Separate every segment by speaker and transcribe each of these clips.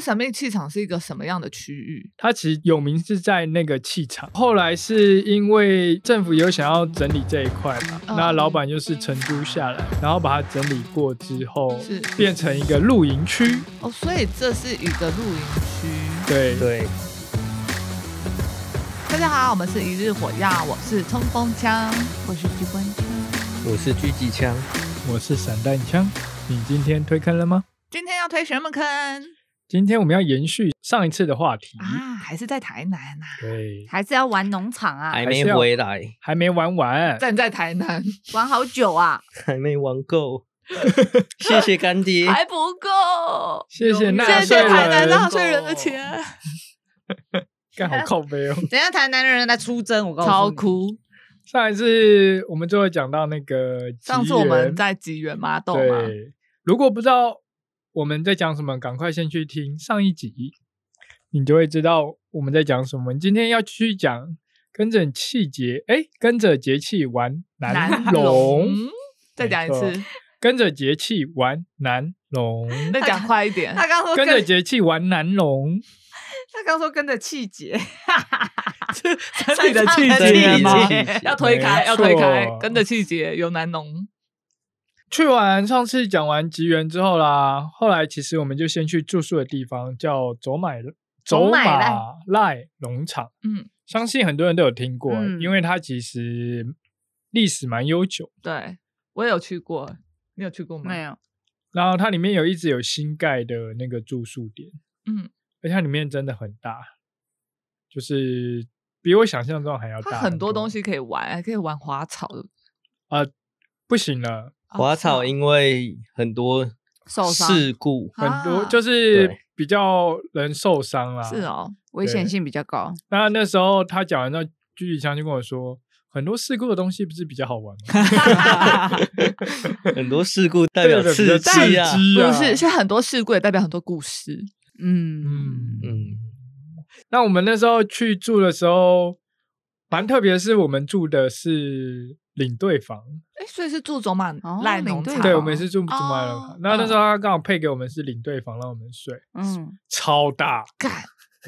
Speaker 1: 神秘气场是一个什么样的区域？
Speaker 2: 它其实有名是在那个气场，后来是因为政府有想要整理这一块嘛，
Speaker 1: 嗯
Speaker 2: 那老板就是承租下来，然后把它整理过之后，
Speaker 1: 是
Speaker 2: 变成一个露营区。
Speaker 1: 哦，所以这是一个露营区。
Speaker 2: 对，
Speaker 3: 对，
Speaker 1: 大家好，我们是一日火药，我是冲锋枪，我是机关枪。
Speaker 3: 我是狙击枪，
Speaker 2: 我是散弹枪，你今天推坑了吗？
Speaker 1: 今天要推什么坑
Speaker 2: 今天我们要延续上一次的话题，
Speaker 1: 啊？还是在台南啊呐、
Speaker 2: 对，
Speaker 4: 还是要玩农场啊，
Speaker 3: 还
Speaker 2: 还是
Speaker 3: 没
Speaker 2: 要
Speaker 3: 回来，
Speaker 2: 还没玩完，
Speaker 1: 站在台 南，
Speaker 4: 玩好久啊，
Speaker 3: 还没玩够。谢谢干爹，
Speaker 4: 还不够。
Speaker 2: 谢谢纳
Speaker 1: 谢
Speaker 2: 税
Speaker 1: 谢台南哦
Speaker 2: 人，
Speaker 1: 纳税人的钱，
Speaker 2: 干好靠背哦。
Speaker 4: 等一下台南人来出征，我告诉你
Speaker 1: 超酷。
Speaker 2: 上一次我们就有讲到那个吉
Speaker 1: 上次我们
Speaker 2: 原
Speaker 1: 在吉原麻豆嘛，
Speaker 2: 对，如果不知道我们在讲什么，赶快先去听上一集，你就会知道我们在讲什么。今天要去讲跟着气节，哎，跟着节气玩南龙，
Speaker 1: 再讲一
Speaker 2: 没
Speaker 1: 次
Speaker 2: 错，跟着节气玩南 龙，
Speaker 1: 再讲快一点。
Speaker 4: 他刚说
Speaker 2: 跟
Speaker 4: 跟
Speaker 2: 着节气玩南龙，
Speaker 4: 他刚说跟着气节，
Speaker 1: 身 体的气
Speaker 3: 身体
Speaker 1: 节
Speaker 3: 的
Speaker 1: 吗
Speaker 3: 气节？
Speaker 1: 要推开，
Speaker 2: 没
Speaker 1: 要推开
Speaker 2: 错，
Speaker 1: 跟着气节有南农。
Speaker 2: 去完上次讲完吉原之后啦，后来其实我们就先去住宿的地方叫走马走
Speaker 4: 走马濑
Speaker 2: 马濑农场，
Speaker 1: 嗯，
Speaker 2: 相信很多人都有听过，
Speaker 4: 嗯
Speaker 2: 因为它其实历史蛮悠久。
Speaker 1: 对我也有去过，你有去过吗？
Speaker 4: 没。有，
Speaker 2: 然后它里面有一直有新盖的那个住宿点，
Speaker 1: 嗯，
Speaker 2: 而且它里面真的很大，就是比我想象中还要大
Speaker 1: 它很多
Speaker 2: 多
Speaker 1: 东西可以玩，还可以玩滑草。
Speaker 2: 啊、不行了，
Speaker 1: 啊
Speaker 3: 华
Speaker 1: 是
Speaker 3: 草
Speaker 1: 吗
Speaker 3: 因为很多
Speaker 4: 受伤
Speaker 3: 事故，
Speaker 2: 很多、
Speaker 1: 啊
Speaker 2: 就是
Speaker 3: 对
Speaker 2: 比较人受伤啦。
Speaker 1: 是哦，
Speaker 4: 危险性比较高。
Speaker 2: 那那时候他讲完之后，狙击枪就跟我说，很多事故的东西不是比较好玩吗？
Speaker 3: 很多事故代表
Speaker 2: 对
Speaker 3: 刺
Speaker 2: 比较刺
Speaker 3: 激啊。
Speaker 2: 激
Speaker 1: 不是是很多事故也代表很多故事。
Speaker 4: 嗯，
Speaker 2: 嗯嗯。
Speaker 3: 嗯，
Speaker 2: 那我们那时候去住的时候，蛮特别，是我们住的是领队房，
Speaker 1: 哎，所以是住走马
Speaker 4: 哦
Speaker 1: 烂农
Speaker 4: 领队
Speaker 1: 场，
Speaker 2: 对，
Speaker 4: 哦
Speaker 2: 我们也是住住马
Speaker 1: 哦
Speaker 2: 龙房。那那时候他刚好配给我们是领队房，让我们睡，
Speaker 4: 嗯，
Speaker 2: 超大，
Speaker 1: 干。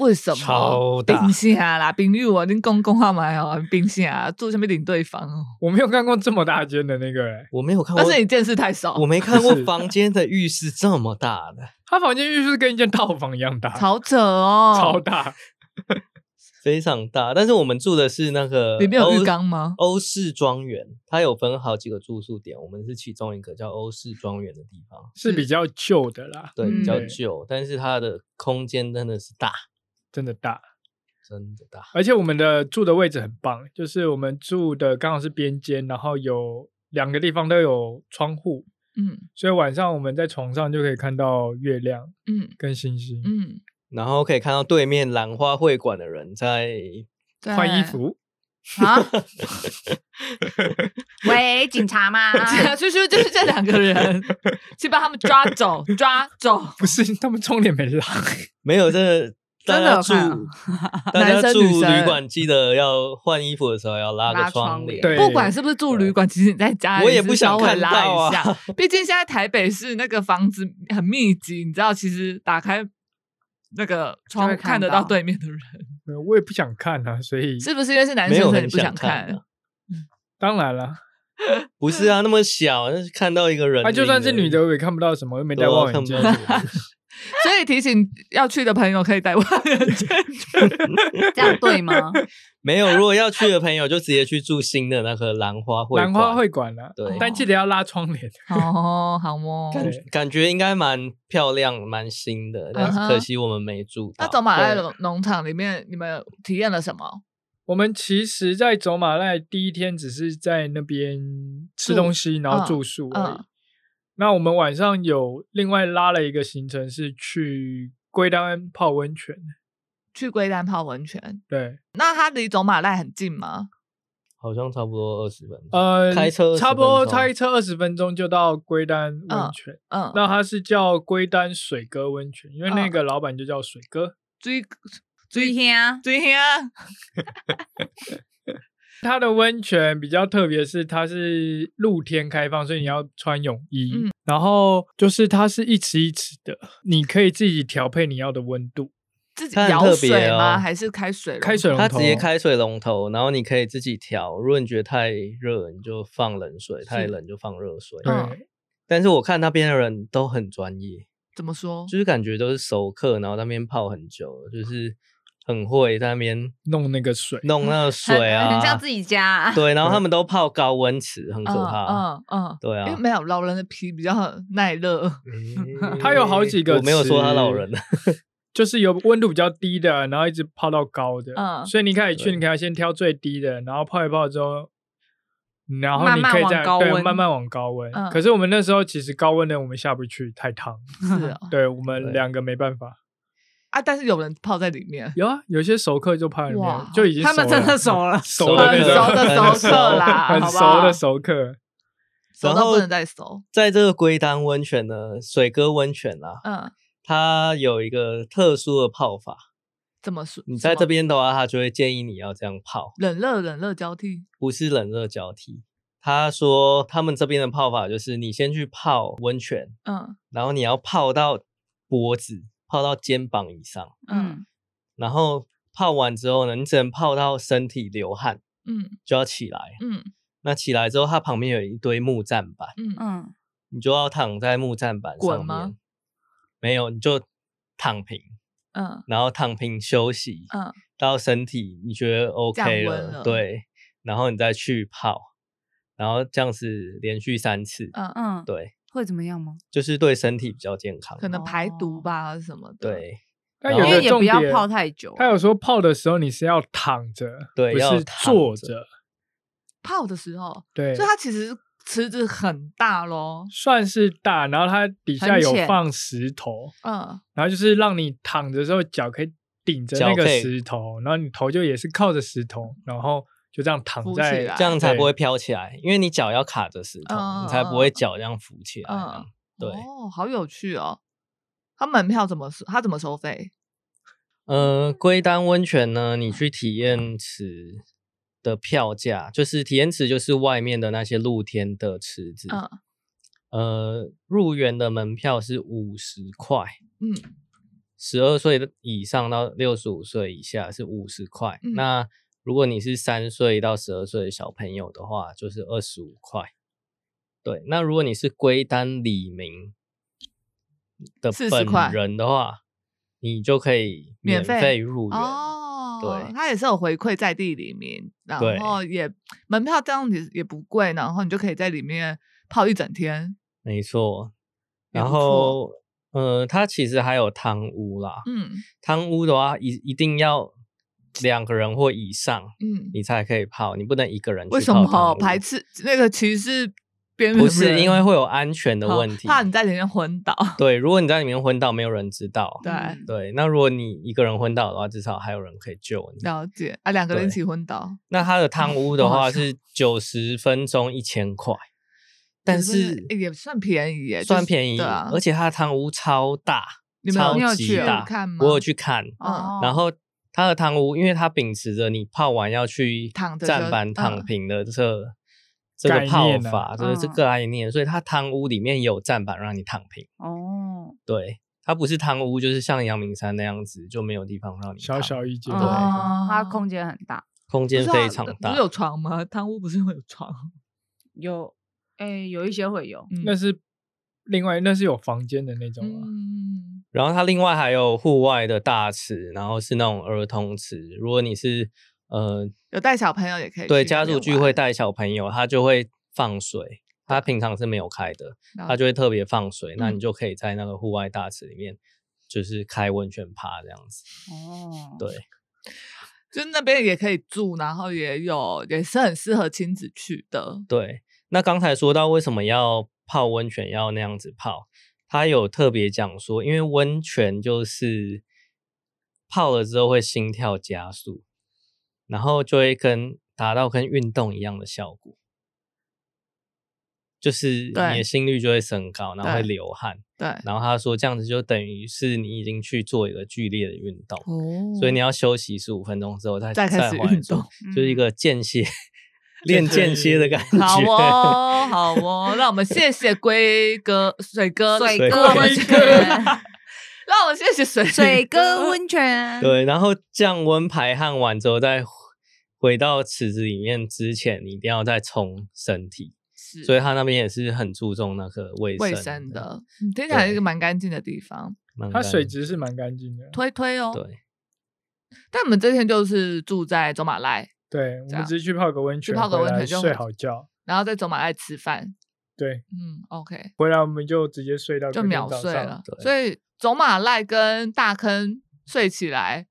Speaker 1: 为什么？
Speaker 3: 超大
Speaker 1: 冰下啦，冰玉我恁公公话买哦，冰下住下面领队房哦。
Speaker 2: 我没有看过这么大间的那个、欸。
Speaker 3: 我没有看过
Speaker 1: 但，是你见识太少，
Speaker 3: 我没看过
Speaker 2: 是
Speaker 3: 房间的浴室这么大的，
Speaker 2: 他房间就是跟一间套房一样大，
Speaker 1: 好扯哦。
Speaker 2: 超大，
Speaker 3: 非常大。但是我们住的是那个
Speaker 1: 里面有
Speaker 3: 欧
Speaker 1: 浴缸吗
Speaker 3: 欧式庄园，它有分好几个住宿点，我们是其中一个叫欧式庄园的地方，
Speaker 2: 是比较旧的啦，
Speaker 3: 对，比较
Speaker 2: 嗯
Speaker 3: 旧，但是它的空间真的是大，
Speaker 2: 真的大。
Speaker 3: 真的大。
Speaker 2: 而且我们的住的位置很棒，就是我们住的刚好是边间，然后有两个地方都有窗户，
Speaker 1: 嗯
Speaker 2: 所以晚上我们在床上就可以看到月亮
Speaker 1: 嗯
Speaker 2: 跟星星，
Speaker 1: 嗯，
Speaker 3: 然后可以看到对面兰花会馆的人在
Speaker 1: 嗯对
Speaker 2: 换衣。服。
Speaker 4: 啊，喂，警察 吗？
Speaker 1: 叔叔 就是这两个人，去把他们抓走，抓走。
Speaker 2: 不是，他们重点没拉，
Speaker 3: 没有这大
Speaker 4: 真的
Speaker 3: 家
Speaker 4: 有
Speaker 3: 住
Speaker 4: 看
Speaker 3: 大
Speaker 1: 男
Speaker 3: 家
Speaker 1: 生
Speaker 3: 住
Speaker 1: 女生
Speaker 3: 旅馆，记得要换衣服的时候要拉
Speaker 4: 拉
Speaker 3: 个
Speaker 4: 窗
Speaker 3: 窗帘。
Speaker 4: 帘
Speaker 2: 对
Speaker 1: 不管是不是住旅馆，其实你在家里
Speaker 3: 我也不
Speaker 1: 是稍
Speaker 3: 想
Speaker 1: 微
Speaker 3: 看
Speaker 1: 拉
Speaker 3: 到
Speaker 1: 一
Speaker 3: 啊
Speaker 1: 下。毕竟现在台北市那个房子很密集，你知道，其实打开那个
Speaker 4: 就
Speaker 1: 窗
Speaker 4: 会看
Speaker 1: 看得到
Speaker 4: 到
Speaker 1: 对面的人，
Speaker 2: 呃我也不想看啊，所以
Speaker 1: 是不是因为是男
Speaker 3: 没
Speaker 1: 生
Speaker 3: 有
Speaker 1: 所以你
Speaker 3: 很
Speaker 1: 不想
Speaker 3: 看
Speaker 1: 看
Speaker 3: 啊？，
Speaker 2: 当然了，
Speaker 3: 不是啊，那么小，但是看到一个人影而
Speaker 2: 啊，
Speaker 3: 已，
Speaker 2: 就算是女的我也看不到什么，又没
Speaker 3: 对啊，
Speaker 2: 戴望远
Speaker 3: 看不
Speaker 2: 镜
Speaker 3: 到，什么东西
Speaker 1: 所以提醒要去的朋友可以带望 远镜。
Speaker 4: 这样对吗？
Speaker 3: 没有。如果要去的朋友，就直接去住新的那个兰花会馆。
Speaker 2: 兰花会馆啦
Speaker 3: 对，
Speaker 2: 但记得要拉窗帘。
Speaker 1: 哦，好哦。
Speaker 3: 感
Speaker 2: 对
Speaker 3: 感觉应该蛮漂亮、蛮新的，但是可惜我们没住到。
Speaker 1: 那走马濑
Speaker 2: 对
Speaker 1: 农农场里面，你们体验了什么？
Speaker 2: 我们其实，在走马濑第一天只是在那边吃东西，然后住宿而已。
Speaker 1: 嗯
Speaker 2: 那我们晚上有另外拉了一个行程，是去龟丹泡温泉。
Speaker 1: 去龟山泡温泉，
Speaker 2: 对，
Speaker 1: 那它离走马濑很近吗？
Speaker 3: 好像差不多二十分钟。
Speaker 2: 呃，
Speaker 3: 开车
Speaker 2: 差不多
Speaker 3: 20分钟
Speaker 2: 开车二十分钟就到龟丹温泉。
Speaker 1: 嗯，
Speaker 2: 那它是叫龟丹水哥温泉，因为那
Speaker 1: 嗯
Speaker 2: 个老板就叫水哥。
Speaker 1: 追
Speaker 4: 注意听啊，
Speaker 1: 追天啊，
Speaker 2: 它的温泉比较特别，是它是露天开放，所以你要穿泳衣。
Speaker 1: 嗯
Speaker 2: 然后就是它是一尺一尺的，你可以自己调配你要的温度。
Speaker 1: 自己
Speaker 3: 它很
Speaker 1: 舀
Speaker 3: 特别
Speaker 1: 水吗？
Speaker 3: 哦
Speaker 1: 还是开水龙头？
Speaker 2: 开水龙
Speaker 3: 它
Speaker 2: 头
Speaker 3: 直接开水龙头，然后你可以自己调。如果你觉得太热，你就放冷水；太
Speaker 1: 是
Speaker 3: 冷就放热水。
Speaker 1: 嗯
Speaker 2: 对
Speaker 3: 但是我看那边的人都很专业，
Speaker 1: 怎么说？
Speaker 3: 就是感觉都是熟客，然后在那边泡很久，就是很会在那边
Speaker 2: 弄那个水，
Speaker 3: 弄那个水啊，
Speaker 4: 很像自己家啊。
Speaker 3: 对，然后他们都泡高温池，很可怕。
Speaker 1: 嗯嗯
Speaker 3: 对
Speaker 1: 嗯，
Speaker 3: 啊
Speaker 1: 因为，没有老人的皮比较耐 热，
Speaker 3: 诶
Speaker 2: 它有好几个
Speaker 3: 嗯我没有说他老
Speaker 2: 池
Speaker 3: 人
Speaker 2: 就是有温度比较低的，然后一直泡到高的。
Speaker 1: 嗯
Speaker 2: 所以你可以去，
Speaker 3: 对
Speaker 2: 你可以先挑最低的，然后泡一泡之后，然后
Speaker 4: 慢
Speaker 2: 你
Speaker 4: 慢
Speaker 2: 可以
Speaker 4: 往
Speaker 2: 再
Speaker 4: 高
Speaker 2: 对
Speaker 4: 温
Speaker 2: 慢慢往高温。
Speaker 1: 嗯
Speaker 2: 可是我们那时候其实高温的我们下不去，太烫。
Speaker 1: 是哦
Speaker 2: 对我们
Speaker 3: 对
Speaker 2: 两个没办法。
Speaker 1: 啊，但是有人泡在里面，
Speaker 2: 有啊，有些熟客就泡里面
Speaker 1: 哇，
Speaker 2: 就已经
Speaker 4: 他们
Speaker 2: 熟
Speaker 4: 真的
Speaker 2: 了
Speaker 4: 熟了，
Speaker 2: 熟
Speaker 1: 很
Speaker 2: 的
Speaker 1: 熟的
Speaker 3: 很
Speaker 1: 熟客啦，
Speaker 2: 很
Speaker 1: 好不
Speaker 2: 熟
Speaker 1: 好
Speaker 2: 的熟客。
Speaker 1: 熟
Speaker 3: 然
Speaker 1: 到
Speaker 3: 后
Speaker 1: 不能再熟。
Speaker 3: 在这个龟丹温泉呢，水哥温泉啦、
Speaker 1: 嗯，
Speaker 3: 它有一个特殊的泡法。
Speaker 1: 怎么说？
Speaker 3: 你
Speaker 1: 什
Speaker 3: 在
Speaker 1: 么
Speaker 3: 这边的话，它就会建议你要这样泡，
Speaker 1: 冷热冷热交替，
Speaker 3: 不是冷热交替。他说他们这边的泡法就是你先去泡温泉，
Speaker 1: 嗯
Speaker 3: 然后你要泡到脖子，泡到肩膀以上，
Speaker 4: 嗯，
Speaker 3: 然后泡完之后呢，你只能泡到身体流汗
Speaker 1: 嗯
Speaker 3: 就要起来。
Speaker 1: 嗯
Speaker 3: 那起来之后，它旁边有一堆木栈板，
Speaker 1: 嗯，
Speaker 4: 嗯，
Speaker 3: 你就要躺在木栈板
Speaker 1: 滚
Speaker 3: 上
Speaker 1: 吗
Speaker 3: 面。没有，你就躺平，
Speaker 1: 嗯
Speaker 3: 然后躺平休息，
Speaker 1: 嗯，
Speaker 3: 到身体你觉得 OK
Speaker 1: 降温了
Speaker 3: 对，然后你再去泡，然后这样子连续三次，
Speaker 1: 嗯嗯，
Speaker 4: 嗯，
Speaker 3: 对，
Speaker 4: 会怎么样吗？
Speaker 3: 就是对身体比较健康，
Speaker 1: 可能排毒
Speaker 4: 哦
Speaker 1: 吧什么的。，
Speaker 3: 对
Speaker 2: 但
Speaker 3: 然
Speaker 2: 有
Speaker 4: 因
Speaker 2: 个
Speaker 3: 后
Speaker 4: 为也
Speaker 2: 重
Speaker 4: 不要
Speaker 2: 点，
Speaker 4: 泡太久。
Speaker 2: 他有说泡的时候你是要躺着，
Speaker 3: 对
Speaker 2: 不
Speaker 3: 要
Speaker 2: 是
Speaker 3: 躺
Speaker 2: 坐
Speaker 3: 着
Speaker 2: 着，
Speaker 1: 泡的时候，
Speaker 2: 对，
Speaker 1: 所以它其实池子很大咯。
Speaker 2: 算是大，然后它底下
Speaker 4: 很
Speaker 2: 有
Speaker 4: 浅
Speaker 2: 放石头，
Speaker 1: 嗯，
Speaker 2: 然后就是让你躺着的时候脚可以顶着那
Speaker 3: 脚
Speaker 2: 个
Speaker 3: 可以
Speaker 2: 石头，然后你头就也是靠着石头，然后就这样躺
Speaker 1: 浮起
Speaker 2: 在
Speaker 1: 来
Speaker 3: 这样才
Speaker 2: 对
Speaker 3: 不会飘起来，因为你脚要卡着石头，你才
Speaker 1: 嗯
Speaker 3: 不
Speaker 1: 嗯
Speaker 3: 会
Speaker 1: 嗯
Speaker 3: 脚这样浮起来。
Speaker 1: 嗯
Speaker 3: 嗯、对，
Speaker 1: 哦，好有趣哦。它门票怎么收？它怎么收费？
Speaker 3: 呃，龟丹温泉呢，你去体验池的票价，就是体验池就是外面的那些露天的池子，
Speaker 1: 嗯
Speaker 3: 呃，入园的门票是五十块，
Speaker 1: 嗯
Speaker 3: 十二岁的以上到六十五岁以下是五十块，
Speaker 1: 嗯
Speaker 3: 那如果你是三岁到十二岁的小朋友的话，就是二十五块。对，那如果你是归单李明的
Speaker 1: 40
Speaker 3: 本
Speaker 1: 块
Speaker 3: 人的话，你就可以
Speaker 1: 免
Speaker 3: 免
Speaker 1: 费
Speaker 3: 费入园。
Speaker 1: 哦，
Speaker 3: 对
Speaker 1: 它也是有回馈在地里面，然
Speaker 3: 对
Speaker 1: 后也门票这样子也不贵，然后你就可以在里面泡一整天。
Speaker 3: 没错，
Speaker 1: 也
Speaker 3: 然
Speaker 1: 不错
Speaker 3: 后呃，它其实还有汤屋啦，
Speaker 1: 嗯
Speaker 3: 汤屋的话一一定要两个人或以上，
Speaker 1: 嗯，
Speaker 3: 你才可以泡，你不能一个人去
Speaker 1: 为什
Speaker 3: 泡
Speaker 1: 么
Speaker 3: 汤屋
Speaker 1: 排斥那个歧视边缘人？
Speaker 3: 不是因为会有安全的
Speaker 1: 哦
Speaker 3: 问题，
Speaker 1: 怕你在里面昏倒。
Speaker 3: 对，如果你在里面昏倒，没有人知道。
Speaker 1: 对，
Speaker 4: 嗯
Speaker 3: 对，那如果你一个人昏倒的话，至少还有人可以救你。
Speaker 1: 了解啊，两个人一
Speaker 3: 对
Speaker 1: 起昏倒，
Speaker 3: 那它的汤屋的
Speaker 1: 好好
Speaker 3: 话
Speaker 1: 笑
Speaker 3: 是九十分钟一千块，但
Speaker 1: 90分钟
Speaker 3: 是
Speaker 1: 欸也算便宜耶就
Speaker 3: 算
Speaker 1: 是
Speaker 3: 便宜，
Speaker 1: 对啊
Speaker 3: 而且它的汤屋超大
Speaker 1: 你，们有
Speaker 3: 超
Speaker 1: 你有
Speaker 3: 级
Speaker 1: 去
Speaker 3: 大
Speaker 1: 看吗，
Speaker 3: 我有去看，
Speaker 1: 哦
Speaker 3: 然后它的汤屋，因为它秉持着你泡完要去
Speaker 1: 躺着
Speaker 3: 站
Speaker 1: 就
Speaker 3: 板躺
Speaker 1: 嗯
Speaker 3: 平的这、这
Speaker 2: 概
Speaker 3: 个泡
Speaker 2: 念啊
Speaker 3: 法，这个这
Speaker 4: 嗯
Speaker 3: 个概念，所以它汤屋里面有站板让你躺平。
Speaker 4: 哦，
Speaker 3: 对，它不是汤屋，就是像阳明山那样子，就没有地方让你
Speaker 2: 小
Speaker 3: 躺
Speaker 2: 小一间。
Speaker 3: 对
Speaker 4: 哦它空间很大，
Speaker 3: 空
Speaker 1: 不
Speaker 3: 间
Speaker 1: 啊是啊
Speaker 3: 非常
Speaker 1: 不
Speaker 3: 大
Speaker 1: 是。有床吗？贪污不是会有床？
Speaker 4: 有，哎，有一些会有，
Speaker 1: 嗯
Speaker 2: 那是另外那是有房间的那种啊，
Speaker 1: 嗯，
Speaker 3: 然后它另外还有户外的大池，然后是那种儿童池。如果你是呃
Speaker 1: 有带小朋友也可以
Speaker 3: 对
Speaker 1: 去
Speaker 3: 家
Speaker 1: 那
Speaker 3: 族
Speaker 1: 边
Speaker 3: 聚会
Speaker 1: 玩，
Speaker 3: 带小朋友，它就会放水。它平常是没有开的，
Speaker 1: 了
Speaker 3: 它就会特别放水。那
Speaker 1: 嗯
Speaker 3: 你就可以在那个户外大池里面，就是开温泉趴这样子。
Speaker 4: 哦，
Speaker 3: 嗯对，
Speaker 1: 就是那边也可以住，然后也有也是很适合亲子去的。
Speaker 3: 对，那刚才说到为什么要泡温泉要那样子泡，他有特别讲说，因为温泉就是泡了之后会心跳加速，然后就会跟达到跟运动一样的效果，就是你
Speaker 1: 对
Speaker 3: 的心率就会升高，然后会
Speaker 1: 对
Speaker 3: 流汗，
Speaker 1: 对，
Speaker 3: 然后他说这样子就等于是你已经去做一个剧烈的运动。
Speaker 1: 哦
Speaker 3: 所以你要休息十五分钟之后再
Speaker 1: 再开始
Speaker 3: 回来
Speaker 1: 运
Speaker 3: 做
Speaker 1: 动
Speaker 3: 就是一
Speaker 4: 嗯
Speaker 3: 个间歇练间歇的感
Speaker 1: 好
Speaker 3: 觉。
Speaker 1: 哦，好哦，让我们谢谢龟哥、水哥、
Speaker 4: 水
Speaker 3: 哥
Speaker 1: 温
Speaker 4: 温
Speaker 1: 泉
Speaker 4: 泉，
Speaker 1: 让我们谢谢水
Speaker 4: 水哥温 泉，
Speaker 3: 对，然后降温排汗完之后，再回到池子里面之前，你一定要再冲身体，
Speaker 1: 是
Speaker 3: 所以他那边也是很注重那个卫
Speaker 1: 卫
Speaker 3: 生
Speaker 1: 生，的，嗯听起来是一个蛮干净的地方，
Speaker 3: 蛮
Speaker 2: 它
Speaker 3: 干
Speaker 2: 水质是蛮干净的。
Speaker 1: 推推哦。
Speaker 3: 对。
Speaker 1: 但我们这天就是住在走马濑，
Speaker 2: 对，我
Speaker 1: 这
Speaker 2: 们
Speaker 1: 样
Speaker 2: 只是去泡个温泉，
Speaker 1: 啊泡个
Speaker 2: 回
Speaker 1: 温泉
Speaker 2: 来
Speaker 1: 就
Speaker 2: 睡
Speaker 1: 很
Speaker 2: 好觉。
Speaker 1: 然后在走马濑吃饭。
Speaker 2: 对，
Speaker 1: 嗯，OK，
Speaker 2: 回来我们就直接睡到
Speaker 1: 就
Speaker 2: 隔天
Speaker 1: 秒
Speaker 2: 早
Speaker 1: 睡
Speaker 2: 上
Speaker 1: 了。
Speaker 3: 对
Speaker 1: 所以走马濑跟大坑睡起来，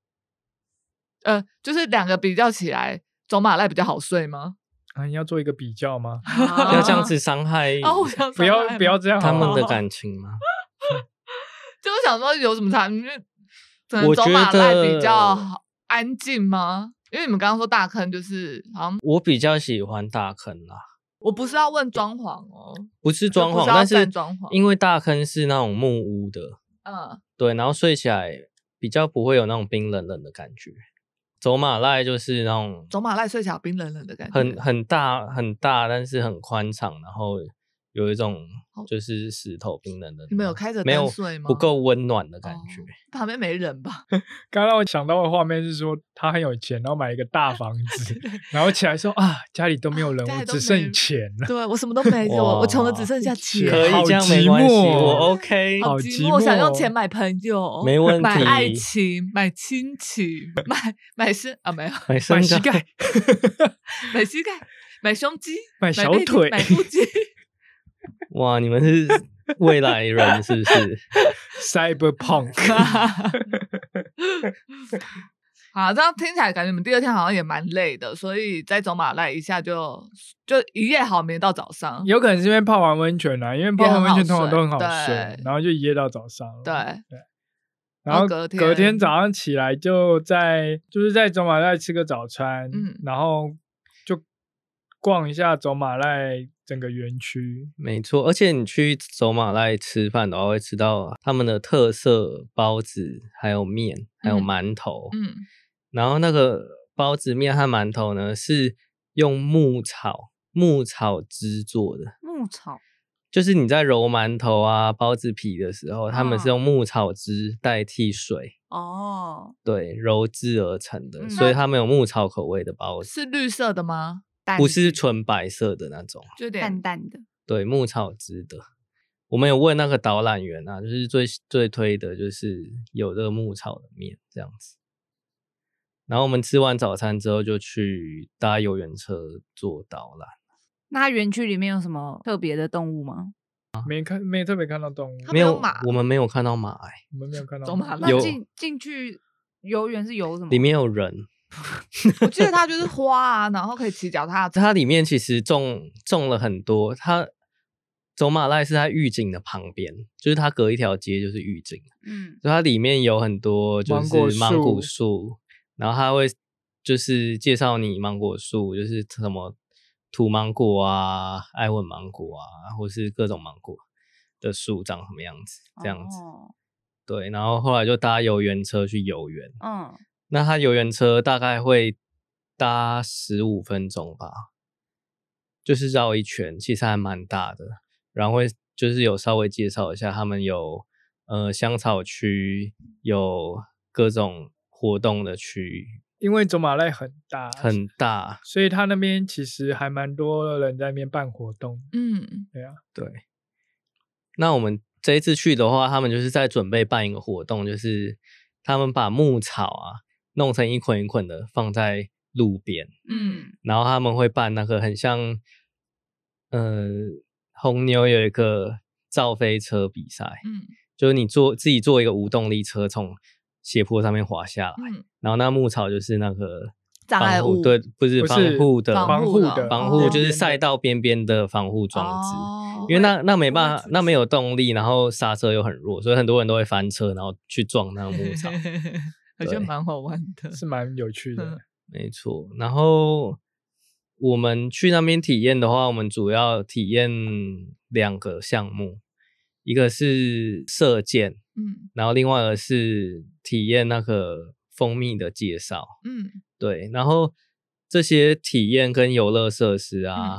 Speaker 1: 呃，就是两个比较起来，走马濑比较好睡吗？
Speaker 2: 啊！你要做一个比较吗？
Speaker 4: 哦
Speaker 3: 要这样子伤害
Speaker 1: 哦啊， 我想
Speaker 2: 不要不要这样好
Speaker 3: 他
Speaker 2: 不好，
Speaker 3: 们的感情吗？
Speaker 1: 就是想说有什么差？因为可能
Speaker 3: 我
Speaker 1: 走
Speaker 3: 觉
Speaker 1: 马濑比
Speaker 3: 得
Speaker 1: 较好安静吗？因为你们刚刚说大坑就是好像
Speaker 3: 我比较喜欢大坑啦，
Speaker 1: 我不是要问装潢哦，
Speaker 3: 不是装
Speaker 1: 不
Speaker 3: 潢，
Speaker 1: 是要
Speaker 3: 但是
Speaker 1: 占装潢
Speaker 3: 因为大坑是那种木屋的，
Speaker 1: 嗯，
Speaker 3: 对，然后睡起来比较不会有那种冰冷冷的感觉。走马濑就是那种
Speaker 1: 走马濑睡起来冰冷冷的感觉，
Speaker 3: 很很大很大，但是很宽敞，然后有一种就是石头冰冷冷的。
Speaker 1: 你们有开着
Speaker 3: 没有
Speaker 1: 灯睡吗
Speaker 3: 不够温暖的感觉
Speaker 1: 哦， 旁边没人吧？
Speaker 2: 刚让我想到的画面是说，他很有钱，然后买一个大 房子，然后起来说啊，家里都没有人，
Speaker 1: 家
Speaker 2: 我
Speaker 1: 里都没
Speaker 2: 只剩
Speaker 1: 人
Speaker 2: 钱 了。
Speaker 1: 对我什么都没有，我我穷的只剩下钱，
Speaker 3: 可以
Speaker 2: 好
Speaker 3: 这样没
Speaker 2: 寂
Speaker 3: 关系，
Speaker 2: 寞
Speaker 3: 我
Speaker 2: 哦
Speaker 3: OK。
Speaker 2: 好
Speaker 1: 好寂
Speaker 2: 寂
Speaker 1: 寞，想用
Speaker 2: 寞
Speaker 1: 钱买朋友，
Speaker 3: 没问
Speaker 1: 买爱
Speaker 3: 题
Speaker 1: 情，买亲情，买买身啊没有，
Speaker 3: 买
Speaker 2: 买
Speaker 3: 身
Speaker 2: 膝
Speaker 3: 高
Speaker 2: 盖，
Speaker 1: 买膝盖，买胸肌，
Speaker 2: 买
Speaker 1: 买
Speaker 2: 小
Speaker 1: 背肌
Speaker 2: 腿
Speaker 1: 买腹肌，
Speaker 3: 哇，你们是未来人是不 是？
Speaker 2: Cyberpunk，
Speaker 1: 好，这样听起来感觉你们第二天好像也蛮累的，所以在走马濑一下就就一夜好眠到早上。
Speaker 2: 有可能是因为泡完温泉啊啦，因为泡
Speaker 1: 也
Speaker 2: 完
Speaker 1: 很
Speaker 2: 温
Speaker 1: 好
Speaker 2: 泉通常都
Speaker 1: 睡
Speaker 2: 很好睡
Speaker 1: 对，
Speaker 2: 然后就一夜到早上了。
Speaker 1: 对，
Speaker 2: 然后
Speaker 1: 然哦后隔
Speaker 2: 隔天
Speaker 1: 天
Speaker 2: 早上起来就在就是在走马濑吃个早餐，
Speaker 1: 嗯
Speaker 2: 然后就逛一下走马濑整个园区，
Speaker 3: 没错，而且你去走马濑吃饭的话，会吃到他们的特色包子，还有面，还有
Speaker 1: 嗯
Speaker 3: 馒头。
Speaker 1: 嗯，
Speaker 3: 然后那个包子面和馒头呢，是用牧草牧草制作的，
Speaker 4: 牧草，
Speaker 3: 就是你在揉馒头啊、包子皮的时候，他们是
Speaker 4: 啊
Speaker 3: 用牧草汁代替水，
Speaker 4: 哦，
Speaker 3: 对，揉制而成的，
Speaker 4: 嗯
Speaker 3: 所以
Speaker 4: 那
Speaker 3: 他们有牧草口味的包子，
Speaker 1: 是绿色的吗？
Speaker 4: 淡
Speaker 3: 不是纯白色的那种。
Speaker 1: 就有
Speaker 4: 淡
Speaker 1: 点
Speaker 4: 淡的，
Speaker 3: 对，牧草汁的。我们有问那个导览员啊，就是最最推的就是有这个牧草的面这样子。然后我们吃完早餐之后，就去搭游园车做导览，
Speaker 4: 那它园区里面有什么特别的动物吗？
Speaker 2: 没看没特别看到动物，
Speaker 1: 它没
Speaker 3: 没
Speaker 1: 有
Speaker 3: 有
Speaker 1: 马
Speaker 3: 我们没有看到马、欸，
Speaker 2: 我们没有看到
Speaker 1: 走马
Speaker 4: 那
Speaker 1: 濑。
Speaker 3: 有
Speaker 4: 进进去游园是游什么？
Speaker 3: 里面有人。
Speaker 1: 我记得它就是花啊，然后可以骑脚踏车。
Speaker 3: 它里面其实种种了很多，它走马濑是在御景的旁边，就是它隔一条街就是御景。
Speaker 4: 嗯，
Speaker 3: 就它里面有很多就
Speaker 2: 芒
Speaker 3: 是
Speaker 2: 果
Speaker 3: 芒果
Speaker 2: 树
Speaker 3: 树，然后它会就是介绍你芒果树，就是什么土芒果啊、爱文芒果啊，或是各种芒果的树长什么样子，这样子。
Speaker 4: 哦
Speaker 3: 对，然后后来就搭游园车去游园，
Speaker 4: 嗯，
Speaker 3: 那它游园车大概会搭十五分钟吧，就是绕一圈，其实还蛮大的。然后会就是有稍微介绍一下，他们有呃香草区，有各种活动的区域，
Speaker 2: 因为走马濑很大，
Speaker 3: 很大。
Speaker 2: 所以他那边其实还蛮多人在那边办活动，
Speaker 1: 嗯，
Speaker 2: 对啊，
Speaker 3: 对，那我们这一次去的话，他们就是在准备办一个活动，就是他们把牧草啊弄成一捆一捆的放在路边。
Speaker 1: 嗯
Speaker 4: 嗯，
Speaker 3: 然后他们会办那个很像，呃，红牛有一个造飞车比赛，
Speaker 1: 嗯
Speaker 3: 就是你坐自己坐一个无动力车从斜坡上面滑下来，
Speaker 1: 嗯，
Speaker 3: 然后那牧草就是那个
Speaker 1: 障碍
Speaker 3: 防护
Speaker 1: 物
Speaker 3: 对，不是
Speaker 2: 不
Speaker 3: 防
Speaker 2: 是
Speaker 3: 护的
Speaker 2: 防护的
Speaker 3: 防护就是
Speaker 2: 边
Speaker 3: 赛
Speaker 2: 的
Speaker 3: 道边边的防护装置。
Speaker 1: 哦
Speaker 3: 因为那那没
Speaker 1: 不会
Speaker 3: 办法
Speaker 1: 出，
Speaker 3: 那没有动力，然后刹车又很弱，所以很多人都会翻车，然后去撞那个牧 草。
Speaker 1: 好像
Speaker 3: 对
Speaker 1: 蛮好玩的。
Speaker 2: 是蛮有趣的
Speaker 1: 嗯。
Speaker 3: 没错，然后我们去那边体验的话，我们主要体验两个项目，一个是射箭，
Speaker 1: 嗯
Speaker 3: 然后另外一个是体验那个蜂蜜的介绍。
Speaker 1: 嗯
Speaker 3: 对，然后这些体验跟游乐设施
Speaker 1: 嗯
Speaker 3: 啊，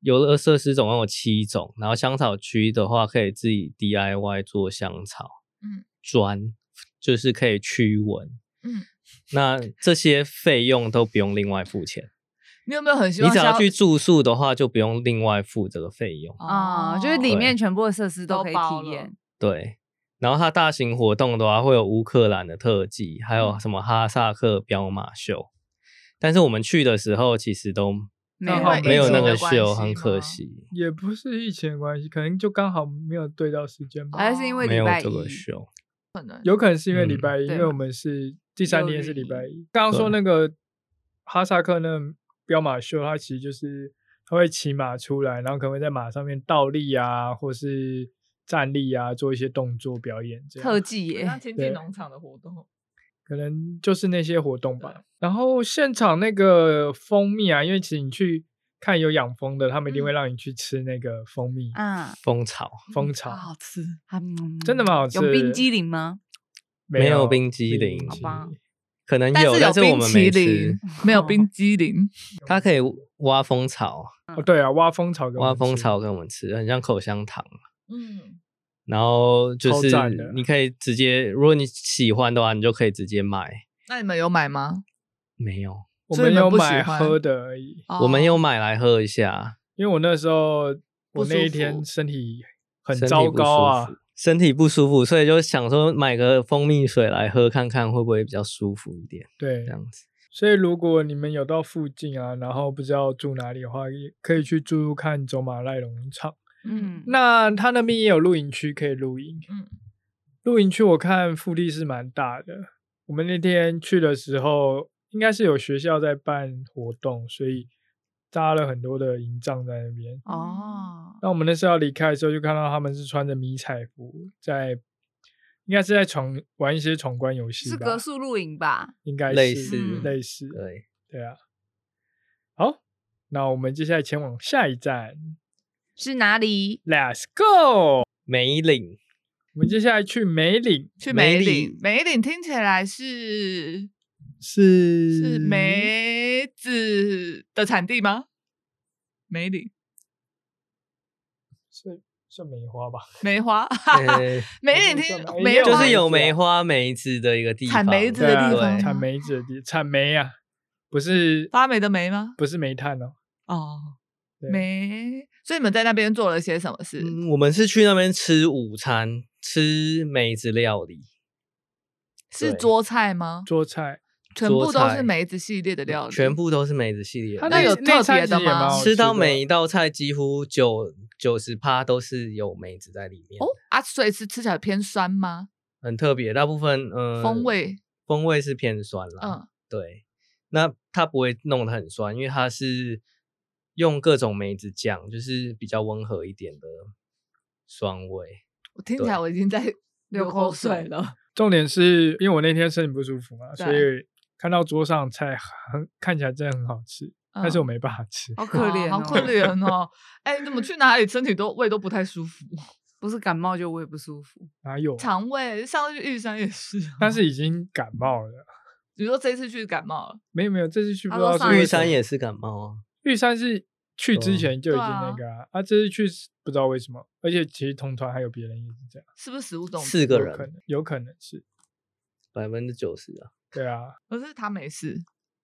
Speaker 3: 游乐设施总共有七种，然后香草区的话可以自己 DIY 做香草，
Speaker 1: 嗯，
Speaker 3: 砖就是可以驱蚊，
Speaker 1: 嗯，
Speaker 3: 那这些费用都不用另外付钱，
Speaker 1: 你有没有很希
Speaker 3: 你
Speaker 1: 望
Speaker 3: 只
Speaker 1: 香
Speaker 3: 要去住宿的话就不用另外付这个费用，
Speaker 1: 哦
Speaker 4: 啊、就是里面全部的设施都可以体验，
Speaker 3: 对。然后它大型活动的话，会有乌克兰的特技，还
Speaker 1: 嗯
Speaker 3: 有什么哈萨克彪马秀。但是我们去的时候，其实都
Speaker 4: 没
Speaker 2: 刚好
Speaker 4: 有
Speaker 3: 没有那个
Speaker 1: 疫情的
Speaker 3: 秀，
Speaker 1: 关系
Speaker 3: 很可
Speaker 1: 吗
Speaker 3: 惜，
Speaker 2: 也不是疫情的关系，可能就刚好没有对到时
Speaker 1: 哦
Speaker 2: 间吧。
Speaker 4: 还是因为
Speaker 3: 没
Speaker 4: 礼
Speaker 3: 有
Speaker 4: 拜一
Speaker 3: 这个秀。
Speaker 2: 有可能是因为礼
Speaker 3: 嗯
Speaker 2: 拜一，
Speaker 4: 对
Speaker 2: 因为我们是第三天是礼拜一。刚刚说那
Speaker 3: 对
Speaker 2: 个哈萨克那个彪马秀，它其实就是它会骑马出来，然后可能会在马上面倒立啊，或是站立啊，做一些动作表演这
Speaker 4: 特
Speaker 2: 样。
Speaker 4: 技
Speaker 1: 很像
Speaker 4: 耶，
Speaker 1: 亲
Speaker 2: 对
Speaker 1: 近农场的活动，
Speaker 2: 可能就是那些活动吧。然后现场那个蜂蜜啊，因为其实你去看有养蜂的，他们一定会让你去吃那个蜂蜜、
Speaker 4: 嗯啊，
Speaker 3: 蜂巢
Speaker 2: 蜂
Speaker 1: 好
Speaker 2: 巢，
Speaker 1: 好吃。
Speaker 4: 啊嗯
Speaker 2: 真的蛮好吃的。
Speaker 4: 有冰激凌吗？
Speaker 3: 没有冰激凌
Speaker 2: 冰
Speaker 3: 好
Speaker 2: 激
Speaker 4: 吧
Speaker 3: 可能
Speaker 1: 但
Speaker 3: 有，
Speaker 1: 是
Speaker 3: 但是我
Speaker 1: 冰
Speaker 3: 们
Speaker 1: 淇淋
Speaker 3: 没吃。，
Speaker 1: 没有 冰激凌。
Speaker 3: 它可以挖蜂巢，
Speaker 4: 嗯
Speaker 2: 哦，对啊，挖蜂巢给我们
Speaker 3: 挖蜂
Speaker 2: 吃
Speaker 3: 巢给我们吃，很像口香糖。
Speaker 1: 嗯，
Speaker 3: 然后就
Speaker 2: 超
Speaker 3: 是
Speaker 2: 赞的
Speaker 3: 你可以直接，如果你喜欢的话，你就可以直接买。
Speaker 1: 那你们有买吗？
Speaker 3: 没有，
Speaker 2: 我
Speaker 1: 所以你
Speaker 2: 们
Speaker 1: 们
Speaker 2: 有
Speaker 1: 不喜
Speaker 2: 买
Speaker 1: 欢
Speaker 2: 喝的而已，
Speaker 3: 我们有
Speaker 1: 哦
Speaker 3: 买来喝一下。
Speaker 2: 因为我那时候
Speaker 1: 不
Speaker 2: 我
Speaker 1: 舒
Speaker 2: 那一
Speaker 1: 服
Speaker 2: 天身体很
Speaker 3: 身体
Speaker 2: 糟
Speaker 3: 不
Speaker 2: 糕
Speaker 3: 舒
Speaker 2: 啊
Speaker 3: 服，，身体不舒服，所以就想说买个蜂蜜水来喝看看，会不会比较舒服一点？
Speaker 2: 对
Speaker 3: 这，样子，
Speaker 2: 所以如果你们有到附近啊，然后不知道住哪里的话，也可以去住住看走马濑农场。
Speaker 4: 嗯，
Speaker 2: 那他那边也有露营区可以露营，
Speaker 1: 嗯
Speaker 2: 露营区我看腹地是蛮大的。我们那天去的时候，应该是有学校在办活动，所以搭了很多的营帐在那边。
Speaker 4: 哦，
Speaker 2: 那我们那时候要离开的时候，就看到他们是穿着迷彩服，在应该是在闯玩一些闯关游戏
Speaker 4: 是
Speaker 2: 吧
Speaker 4: 格，数露营吧？
Speaker 2: 应该
Speaker 3: 类
Speaker 2: 是
Speaker 3: 似
Speaker 1: 嗯
Speaker 2: 类似，
Speaker 3: 对，
Speaker 2: 对啊。好，那我们接下来前往下一站
Speaker 4: 是哪里？
Speaker 2: ，Let's go。
Speaker 3: 梅岭
Speaker 2: 我们接下来去梅岭，
Speaker 1: 去
Speaker 3: 梅
Speaker 1: 梅
Speaker 3: 岭
Speaker 1: 岭，梅岭听起来是
Speaker 2: 是
Speaker 3: 嗯
Speaker 1: 是 梅子的产地吗？梅岭
Speaker 2: 是是梅花吧？
Speaker 1: 梅花，
Speaker 3: 呃
Speaker 1: 梅岭
Speaker 2: 梅
Speaker 1: 听
Speaker 2: 子
Speaker 1: 梅
Speaker 2: 梅子
Speaker 1: 花
Speaker 3: 就是有梅花梅子的一个地方，
Speaker 1: 产梅子
Speaker 2: 对
Speaker 1: 的
Speaker 2: 啊
Speaker 1: 地方，
Speaker 3: 对
Speaker 2: 产梅子的地，产梅啊，不是
Speaker 1: 发霉的霉吗？
Speaker 2: 不是煤炭哦，
Speaker 1: 哦，
Speaker 2: 对
Speaker 1: 梅。所以你们在那边做了些什么事？
Speaker 3: 嗯，我们是去那边吃午餐，吃梅子料理，
Speaker 1: 是
Speaker 3: 对
Speaker 1: 桌菜吗？
Speaker 2: 做菜。
Speaker 1: 全部都
Speaker 3: 菜
Speaker 1: 是梅子系列的料理，
Speaker 3: 全部都是梅子系列
Speaker 2: 它
Speaker 3: 的。
Speaker 1: 那有
Speaker 2: 那
Speaker 1: 特
Speaker 2: 餐
Speaker 1: 别
Speaker 2: 其
Speaker 1: 的
Speaker 2: 实也蛮
Speaker 1: 吗
Speaker 2: 好
Speaker 3: 吃到
Speaker 2: 的
Speaker 3: 每一道菜几乎九九十趴都是有梅子在里面，
Speaker 1: 哦啊，所以是吃起来偏酸吗？
Speaker 3: 很特别。大部分嗯、呃
Speaker 1: 风味，
Speaker 3: 风味是偏酸啦，
Speaker 1: 嗯，
Speaker 3: 对，那它不会弄得很酸，因为它是用各种梅子酱，就是比较温和一点的酸味。
Speaker 1: 我听起来我已经在 流
Speaker 4: 流口
Speaker 1: 口水
Speaker 4: 水
Speaker 1: 了。
Speaker 2: 重点是因为我那天身体不舒服嘛，
Speaker 1: 对
Speaker 2: 所以看到桌上菜很看起来真的很好吃，但是我
Speaker 1: 嗯
Speaker 2: 没办法吃。
Speaker 4: 好 可怜、
Speaker 1: 好可， 怜哦！哎，你怎么去哪里身体都胃都不太舒 服，
Speaker 4: 不是感冒就胃不舒服，
Speaker 2: 哪有啊？
Speaker 1: 肠胃上次去玉山也是啊，
Speaker 2: 但是已经感冒了。
Speaker 1: 你说这次去感冒了，
Speaker 2: 没有没有，这次去
Speaker 1: 啊
Speaker 2: 不
Speaker 4: 他
Speaker 2: 知道
Speaker 4: 说上
Speaker 2: 是
Speaker 3: 玉
Speaker 2: 为什么
Speaker 3: 山也是感冒啊，
Speaker 2: 玉山是去之
Speaker 3: 哦
Speaker 2: 前就已经
Speaker 1: 对
Speaker 2: 那
Speaker 1: 啊
Speaker 2: 个啊，啊这次去是不知道为什么，而且其实同团还有别人也是这样，
Speaker 1: 是不是食物中毒？
Speaker 3: 四个
Speaker 2: 有可
Speaker 3: 人
Speaker 2: 能有可能是，
Speaker 3: 百分之九十啊，
Speaker 2: 对啊，
Speaker 1: 可是他没事，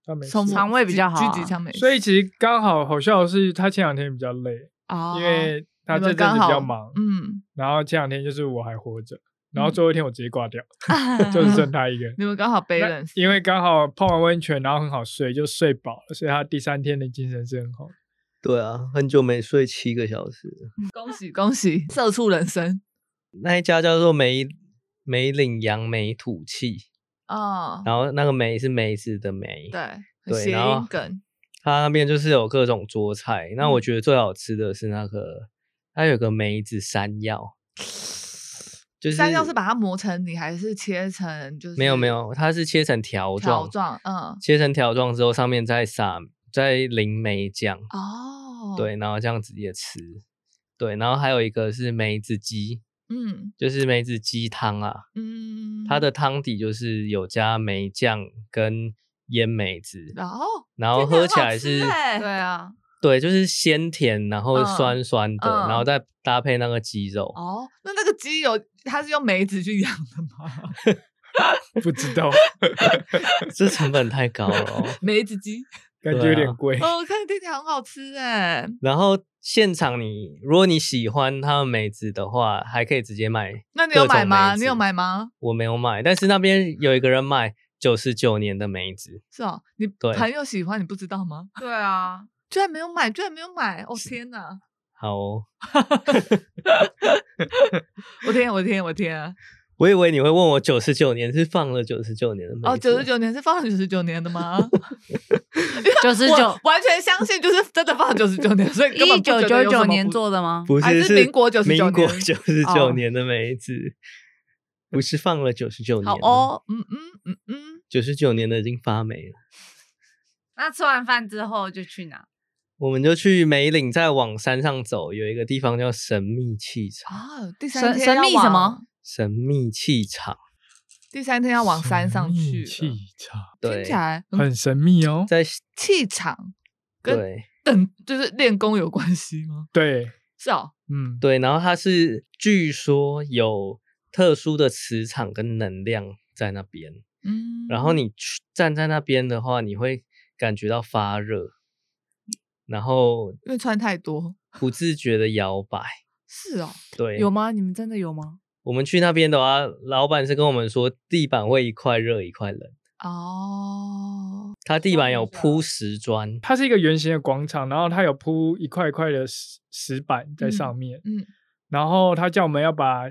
Speaker 2: 他没事。
Speaker 1: 从
Speaker 4: 肠胃比较好啊
Speaker 1: 狙击枪没事，
Speaker 2: 所以其实刚好好笑的是，他前两天比较累，
Speaker 1: 哦
Speaker 2: 因为他
Speaker 1: 你
Speaker 2: 这
Speaker 1: 们
Speaker 2: 阵子
Speaker 1: 刚
Speaker 2: 比
Speaker 1: 好
Speaker 2: 较忙，
Speaker 1: 嗯，
Speaker 2: 然后前两天就是我还活着，然后
Speaker 1: 嗯
Speaker 2: 最后一天我直接 挂掉，就是剩他一个人。
Speaker 1: 你们刚好
Speaker 2: 那
Speaker 1: balance，
Speaker 2: 因为刚好泡完温泉，然后很好睡，就睡饱了，所以他第三天的精神是很好的。
Speaker 3: 对啊，很久没睡七个小时了。
Speaker 1: 恭喜恭喜，社畜人生
Speaker 3: 那一家叫做梅梅岭杨梅土气，
Speaker 1: 啊，
Speaker 3: 然后那个梅是梅子的梅，
Speaker 1: 对，
Speaker 3: 对
Speaker 1: 谐
Speaker 3: 然后
Speaker 1: 音梗，
Speaker 3: 它那边就是有各种桌菜。那
Speaker 1: 嗯
Speaker 3: 我觉得最好吃的是那个，它有个梅子山药，就是
Speaker 1: 山药是把它磨成泥还是切成就是
Speaker 3: 没有没有，它是切成条
Speaker 1: 条状，
Speaker 3: 状，
Speaker 1: 嗯，
Speaker 3: 切成条状之后上面再撒再淋梅酱，
Speaker 1: 哦，
Speaker 3: 对，，
Speaker 4: 嗯
Speaker 3: 然后这样直接吃。对，然后还有一个是梅子鸡，
Speaker 1: 嗯
Speaker 3: 就是梅子鸡汤啊，
Speaker 1: 嗯，
Speaker 3: 它的汤底就是有加梅酱跟腌梅子，
Speaker 4: 哦
Speaker 1: 然后
Speaker 3: 然后喝起来
Speaker 4: 听
Speaker 3: 是
Speaker 4: 起，来很好吃
Speaker 1: 对
Speaker 4: 欸
Speaker 1: 啊，
Speaker 3: 对，就是鲜甜，然后
Speaker 4: 嗯
Speaker 3: 酸酸的，
Speaker 4: 嗯
Speaker 3: 然后再搭配那个鸡肉。
Speaker 1: 哦，那那个鸡有它是用梅子去养的吗？
Speaker 2: 不知道，
Speaker 3: 这成本太高了 哦、
Speaker 1: 梅子鸡，
Speaker 2: 感觉有
Speaker 3: 对啊
Speaker 2: 点贵。
Speaker 1: 哦，看听起来很好吃哎，
Speaker 3: 然后现场你，如果你喜欢他们梅子的话，还可以直接买。
Speaker 1: 那你有买吗？
Speaker 3: 各种梅子
Speaker 1: 你有买吗？
Speaker 3: 我没有买，但是那边有一个人卖九十九年的梅子，
Speaker 1: 是哦，你
Speaker 3: 对
Speaker 1: 朋友喜欢你不知道吗？
Speaker 4: 对啊，
Speaker 1: 居然没有买，居然没有买！哦天哪，
Speaker 3: 好、哦，
Speaker 1: 我天，我天，我 天！
Speaker 3: 我以为你会问我九十九年是放了九十九年的梅子
Speaker 1: 哦，九十九年是放了九十九年的 吗？
Speaker 4: 九十
Speaker 1: 我
Speaker 4: 九，
Speaker 1: 完全相信，就是真的放了九十九年， 所以根本
Speaker 4: 一
Speaker 1: 不觉
Speaker 4: 九
Speaker 1: 得
Speaker 4: 九
Speaker 1: 有什
Speaker 4: 九
Speaker 1: 么
Speaker 4: 年
Speaker 1: 不
Speaker 4: 做的吗？
Speaker 3: 不
Speaker 1: 还
Speaker 3: 是
Speaker 1: 是民国99年
Speaker 3: 民国九十
Speaker 1: 哦
Speaker 3: 九年的梅子，不是放了九十九年，
Speaker 1: 好，哦，嗯嗯嗯嗯，
Speaker 3: 九十九年的已经发霉了。
Speaker 4: 那吃完饭之后就去哪？
Speaker 3: 我们就去梅岭，再往山上走，有一个地方叫神秘气场。
Speaker 1: 啊，第三
Speaker 4: 神
Speaker 1: 天
Speaker 4: 神
Speaker 1: 要
Speaker 4: 秘什么
Speaker 1: 往？？
Speaker 3: 神秘气场，
Speaker 1: 第三天要往山上去了，
Speaker 2: 气场
Speaker 1: 听
Speaker 3: 对
Speaker 1: 起，来很
Speaker 2: 很神秘哦。
Speaker 3: 在
Speaker 1: 气场跟
Speaker 3: 对
Speaker 1: 等就是练功有关系吗？
Speaker 2: 对，
Speaker 1: 是哦，
Speaker 2: 嗯，
Speaker 3: 对，然后它是据说有特殊的磁场跟能量在那边，
Speaker 1: 嗯，
Speaker 3: 然后你去站在那边的话，你会感觉到发热，然后
Speaker 1: 因为穿太多，
Speaker 3: 不自觉的摇摆。
Speaker 1: 是哦，
Speaker 3: 对，
Speaker 4: 有吗？你们真的有吗？
Speaker 3: 我们去那边的话，老板是跟我们说地板会一块热一块冷，
Speaker 1: 哦，
Speaker 3: 它地板有
Speaker 4: 是啊
Speaker 3: 铺石砖，
Speaker 2: 它是一个圆形的广场，然后它有铺一块一块的石石板在上面，
Speaker 1: 嗯，
Speaker 2: 然后他叫我们要把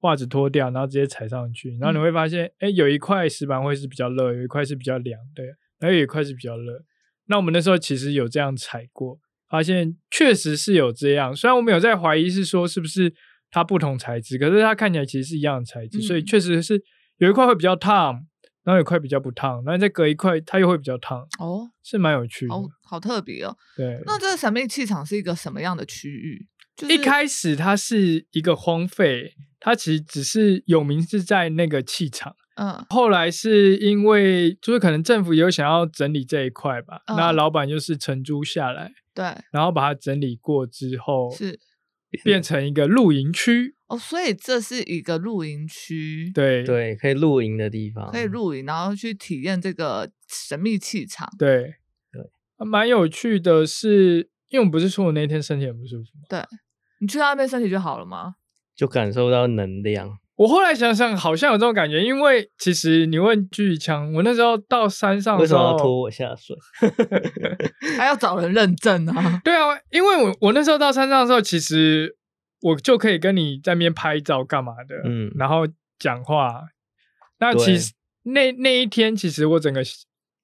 Speaker 2: 袜子脱掉，然后直接踩上去，
Speaker 1: 嗯
Speaker 2: 然后你会发现，哎、有一块石板会是比较热，有一块是比较凉，对，然后有一块是比较热。那我们那时候其实有这样踩过，发现确实是有这样，虽然我们有在怀疑是说是不是它不同材质，可是它看起来其实是一样的材质，
Speaker 1: 嗯
Speaker 2: 所以确实是有一块会比较烫。然后有一块比较不烫，然后再隔一块，它又会比较烫，
Speaker 1: 哦，
Speaker 2: 是蛮有趣的。
Speaker 1: 好好特别哦。
Speaker 2: 嗯对，
Speaker 1: 那这个神秘气场是一个什么样的区域？就是
Speaker 2: 一开始它是一个荒废，它其实只是有名是在那个气场。
Speaker 1: 嗯
Speaker 2: 后来是因为就是可能政府有想要整理这一块吧，
Speaker 1: 嗯
Speaker 2: 那老板就是承租下来，
Speaker 1: 对
Speaker 2: 然后把它整理过之后，
Speaker 1: 是
Speaker 2: 变成一个露营区。
Speaker 1: 哦，所以这是一个露营区，
Speaker 2: 对
Speaker 3: 对，啊可以露营的地方，
Speaker 1: 可以露营，然后去体验这个神秘气场。
Speaker 2: 对
Speaker 3: 对
Speaker 2: 啊蛮有趣的是，因为我不是说我那天身体很不舒服吗？
Speaker 1: 你去到那边身体就好了吗？
Speaker 3: 就感受到能量。
Speaker 2: 我后来想想，好像有这种感觉，因为其实你问巨强，我那时候到山上
Speaker 3: 为
Speaker 2: 的
Speaker 3: 什
Speaker 2: 时
Speaker 3: 么要
Speaker 2: 候，？
Speaker 3: 拖我下水？
Speaker 1: 还要找人认证啊
Speaker 2: 对啊，因为我我那时候到山上的时候，其实我就可以跟你在那边拍照干嘛的，
Speaker 3: 嗯
Speaker 2: 然后讲话。那其实那那一天，其实我整个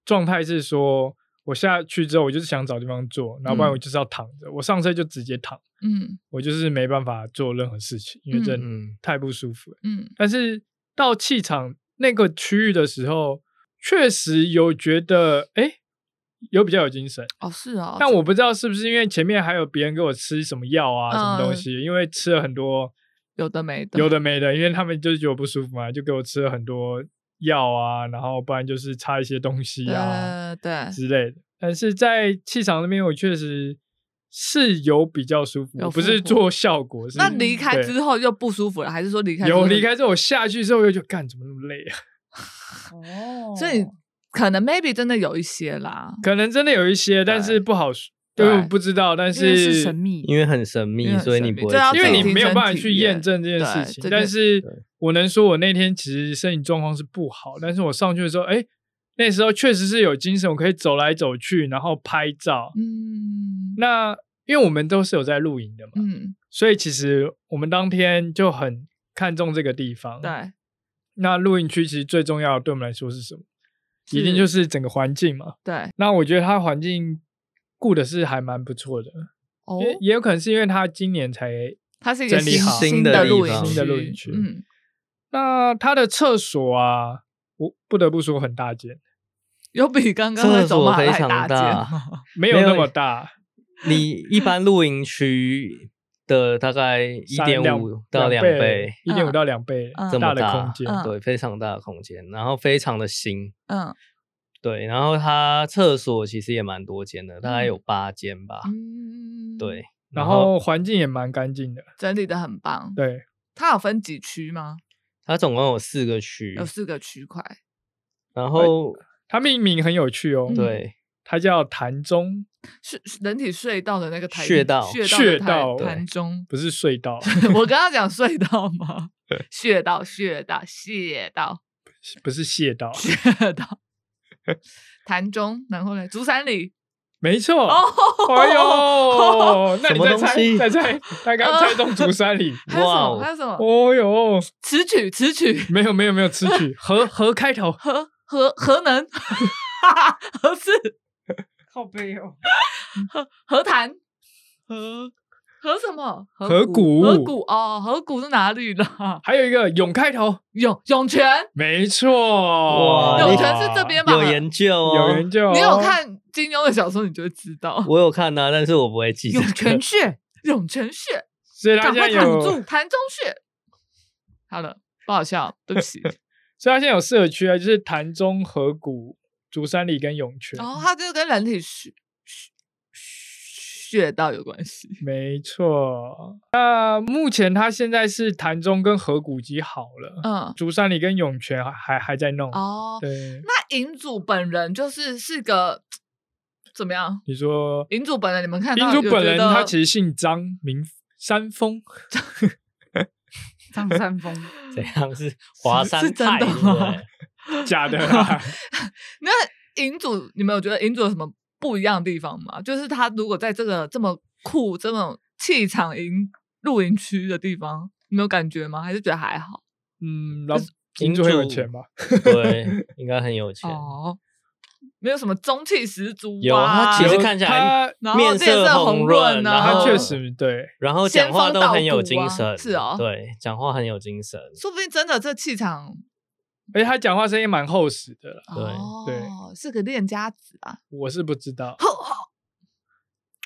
Speaker 2: 状态是说，我下去之后，我就是想找地方坐，然后不然
Speaker 1: 嗯
Speaker 2: 我就是要躺着，我上车就直接躺，
Speaker 1: 嗯
Speaker 2: 我就是没办法做任何事情，因为真的
Speaker 3: 嗯，
Speaker 2: 太不舒服了。
Speaker 1: 嗯，
Speaker 2: 但是到气场那个区域的时候，确实有觉得，哎、有比较有精神。
Speaker 1: 哦是哦，
Speaker 2: 但我不知道是不是因为前面还有别人给我吃什么药啊，
Speaker 1: 嗯
Speaker 2: 什么东西，因为吃了 很多
Speaker 1: 有的没的，
Speaker 2: 有的没的，因为他们就是觉得我不舒服嘛，就给我吃了很多药啊，然后不然就是擦一些东西啊
Speaker 1: 对对
Speaker 2: 之类的。但是在气场那边，我确实是有比较舒服，
Speaker 1: 有
Speaker 2: 不是
Speaker 1: 复活
Speaker 2: 做效果，是
Speaker 1: 那离开
Speaker 2: 对
Speaker 1: 之后就不舒服了，还是说离开之
Speaker 2: 有
Speaker 1: 后
Speaker 2: 离？开之后，我下去之后又就干怎么那么累啊？
Speaker 4: 哦
Speaker 1: 所以可能 maybe 真的有一些啦，
Speaker 2: 可能真的有一些，但是不好说，因为
Speaker 1: 对
Speaker 2: 我不知道，但
Speaker 4: 因为是神秘，
Speaker 3: 因为很神秘
Speaker 1: 因为，很
Speaker 3: 所以
Speaker 1: 神
Speaker 3: 你
Speaker 1: 秘
Speaker 3: 不会
Speaker 1: 这要
Speaker 3: 知
Speaker 2: 因
Speaker 1: 自
Speaker 3: 道
Speaker 2: 为
Speaker 1: 己听
Speaker 2: 你啊没有
Speaker 1: 身
Speaker 2: 办法
Speaker 1: 体
Speaker 2: 去
Speaker 1: 验
Speaker 2: 验证这件
Speaker 1: 对
Speaker 2: 事情
Speaker 1: 这。
Speaker 2: 但
Speaker 1: 件
Speaker 2: 是
Speaker 3: 对
Speaker 2: 我能说，我那天其实身体状况是不好，但是我上去的时候，哎，那时候确实是有精神，我可以走来走去，然后拍照。
Speaker 1: 嗯
Speaker 2: 那因为我们都是有在露营的嘛，
Speaker 1: 嗯，
Speaker 2: 所以其实我们当天就很看重这个地方。，
Speaker 1: 对，
Speaker 2: 那露营区其实最重要的对我们来说是什么？一定就是整个环境嘛。
Speaker 1: 对
Speaker 2: 那我觉得它环境顾的是还蛮不错的，
Speaker 1: 哦
Speaker 2: 也，也有可能是因为它今年才
Speaker 1: 它是一个
Speaker 2: 整理
Speaker 1: 新
Speaker 2: 好
Speaker 1: 新
Speaker 3: 新的地
Speaker 1: 露
Speaker 3: 方
Speaker 1: 营
Speaker 2: 新的露营区
Speaker 1: 嗯，
Speaker 2: 那它的厕所啊，我不得不说很大间，
Speaker 1: 有比刚刚
Speaker 3: 厕
Speaker 1: 在走
Speaker 3: 所
Speaker 1: 马
Speaker 3: 非
Speaker 1: 来
Speaker 3: 常
Speaker 1: 大
Speaker 3: 大
Speaker 1: 街吗？
Speaker 2: 没有
Speaker 3: 没有
Speaker 2: 那么大，
Speaker 3: 你一般露营区的大概一
Speaker 2: 三
Speaker 3: 点
Speaker 2: 两
Speaker 3: 五到两
Speaker 2: 倍
Speaker 3: 倍，
Speaker 2: 一点五
Speaker 1: 嗯
Speaker 2: 到两倍
Speaker 1: 嗯
Speaker 3: 这么
Speaker 2: 的空间。
Speaker 1: 嗯
Speaker 3: 对，非常大的空间，然后非常的新，
Speaker 1: 嗯，
Speaker 3: 对，然后它厕所其实也蛮多间的，大概有八间吧。
Speaker 1: 嗯，
Speaker 3: 对，，
Speaker 2: 然后环境也蛮干净的，
Speaker 1: 整理的很棒。
Speaker 2: 对，
Speaker 1: 它有分几区吗？
Speaker 3: 它总共有四个区
Speaker 1: 有，四个嗯区块。
Speaker 2: 哎
Speaker 3: 然后
Speaker 2: 它命名很有趣哦，
Speaker 1: 嗯
Speaker 3: 对
Speaker 2: 它叫潭中，
Speaker 1: 是是人体隧道的那个台
Speaker 3: 穴道
Speaker 1: 穴
Speaker 2: 穴
Speaker 1: 道
Speaker 2: 道
Speaker 1: 的台
Speaker 3: 对
Speaker 1: 潭中。
Speaker 2: 不是隧道，
Speaker 1: 我刚刚讲隧道吗？穴道，穴道，穴道，
Speaker 2: 不是蟹道，
Speaker 1: 穴道。潭中，然后呢？竹山里。
Speaker 2: 没错。
Speaker 1: 哦，
Speaker 2: 哎 呦，那
Speaker 3: 什
Speaker 2: 你
Speaker 3: 么
Speaker 2: 再
Speaker 3: 东
Speaker 2: 猜
Speaker 3: 西
Speaker 2: 再猜，大概猜中竹山里。
Speaker 1: 还有什
Speaker 3: 哇
Speaker 1: 么？
Speaker 3: 哦
Speaker 1: 还有什么？
Speaker 2: 哦呦，
Speaker 1: 词曲，词曲，
Speaker 2: 没有没有没有，词曲和和开头，
Speaker 1: 核核核 能，核是
Speaker 4: 靠背哦，
Speaker 1: 何谈？何何什么？
Speaker 2: 河谷
Speaker 1: 河谷哦，河谷是哪里啦？
Speaker 2: 还有一个永开头，
Speaker 1: 涌涌泉，
Speaker 2: 没错，
Speaker 3: 哇
Speaker 1: 涌泉是这边吧？
Speaker 3: 有研究哦，
Speaker 2: 有人就
Speaker 1: 你有？看金庸的小说，你就会知道。
Speaker 3: 我有看啊，但是我不会记这
Speaker 4: 涌
Speaker 3: 个
Speaker 4: 泉。穴，
Speaker 1: 涌泉穴，
Speaker 2: 所以他
Speaker 1: 赶
Speaker 2: 现在
Speaker 1: 快躺住，
Speaker 2: 有，
Speaker 1: 潭中穴。好了，不好笑，对不起。
Speaker 2: 所以他现在有社区啊，就是潭中河谷、竹山里跟涌泉
Speaker 1: 然，后它就是跟人体穴穴穴道有关系。
Speaker 2: 没错。那目前他现在是潭中跟河谷已经好了，
Speaker 1: 嗯，
Speaker 2: 竹山里跟涌泉还还还在弄。
Speaker 1: 哦，
Speaker 2: 对，
Speaker 1: 那银主本人就是是个怎么样？
Speaker 2: 你说
Speaker 1: 银主本人，你们看
Speaker 2: 英
Speaker 1: 到
Speaker 2: 主本人他
Speaker 1: 实
Speaker 2: 其实姓张，名 山峰，
Speaker 4: 张三丰，
Speaker 3: 怎样是华山
Speaker 1: 是真
Speaker 3: 派
Speaker 1: 的
Speaker 3: 对不
Speaker 1: 吗
Speaker 3: 对
Speaker 2: 假的啦。
Speaker 1: 那银主，你们有觉得银主有什么不一样的地方吗？就是他如果在这个这么酷、这么气场营露营区的地方，你们有感觉吗？还是觉得还好？
Speaker 2: 嗯，老银主很有钱吧？
Speaker 3: 对，应该很有钱。
Speaker 1: 哦，没有什么中气十足、啊。
Speaker 3: 有啊，他其实看起来哦
Speaker 1: 然后
Speaker 3: 面
Speaker 1: 面色
Speaker 3: 红
Speaker 1: 红润啊
Speaker 3: 然
Speaker 2: 他
Speaker 3: 后
Speaker 2: 确实对，
Speaker 3: 然后
Speaker 1: 仙
Speaker 3: 讲话
Speaker 1: 风
Speaker 3: 都
Speaker 1: 道
Speaker 3: 很有
Speaker 1: 骨
Speaker 3: 精
Speaker 1: 啊
Speaker 3: 神，
Speaker 1: 是哦
Speaker 3: 对，讲话很有精神，
Speaker 1: 说不定真的这气场，
Speaker 2: 而且他讲话声音蛮厚实的啦。
Speaker 3: 对
Speaker 1: 哦，是个练家子啊，
Speaker 2: 我是不知道，
Speaker 1: 好好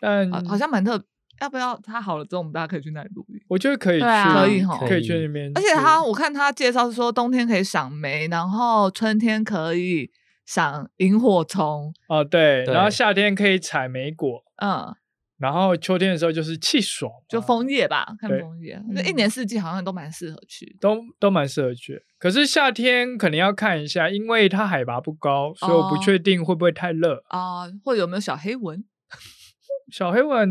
Speaker 2: 但
Speaker 1: 好像蛮特。要不要他好了之后，我们大家可以去那里露营？
Speaker 2: 我觉得可以去，
Speaker 4: 对啊
Speaker 1: 可以吼
Speaker 2: 可以去那边。
Speaker 1: 而且他，我看他介绍是说，冬天可以赏梅，然后春天可以赏萤火虫，
Speaker 2: 哦，对，
Speaker 3: 对
Speaker 2: 然后夏天可以采莓果，
Speaker 1: 嗯，
Speaker 2: 然后秋天的时候就是气爽嘛，
Speaker 1: 就枫叶吧，看
Speaker 2: 哦对嗯
Speaker 1: 枫叶，那一年四季好像都蛮适合去。
Speaker 2: 都都蛮适合去。可是夏天可能要看一下，因为它海拔不高，所以我不
Speaker 1: 哦
Speaker 2: 确定会不会太热。
Speaker 1: 啊、或者有没有小黑蚊？
Speaker 2: 小黑蚊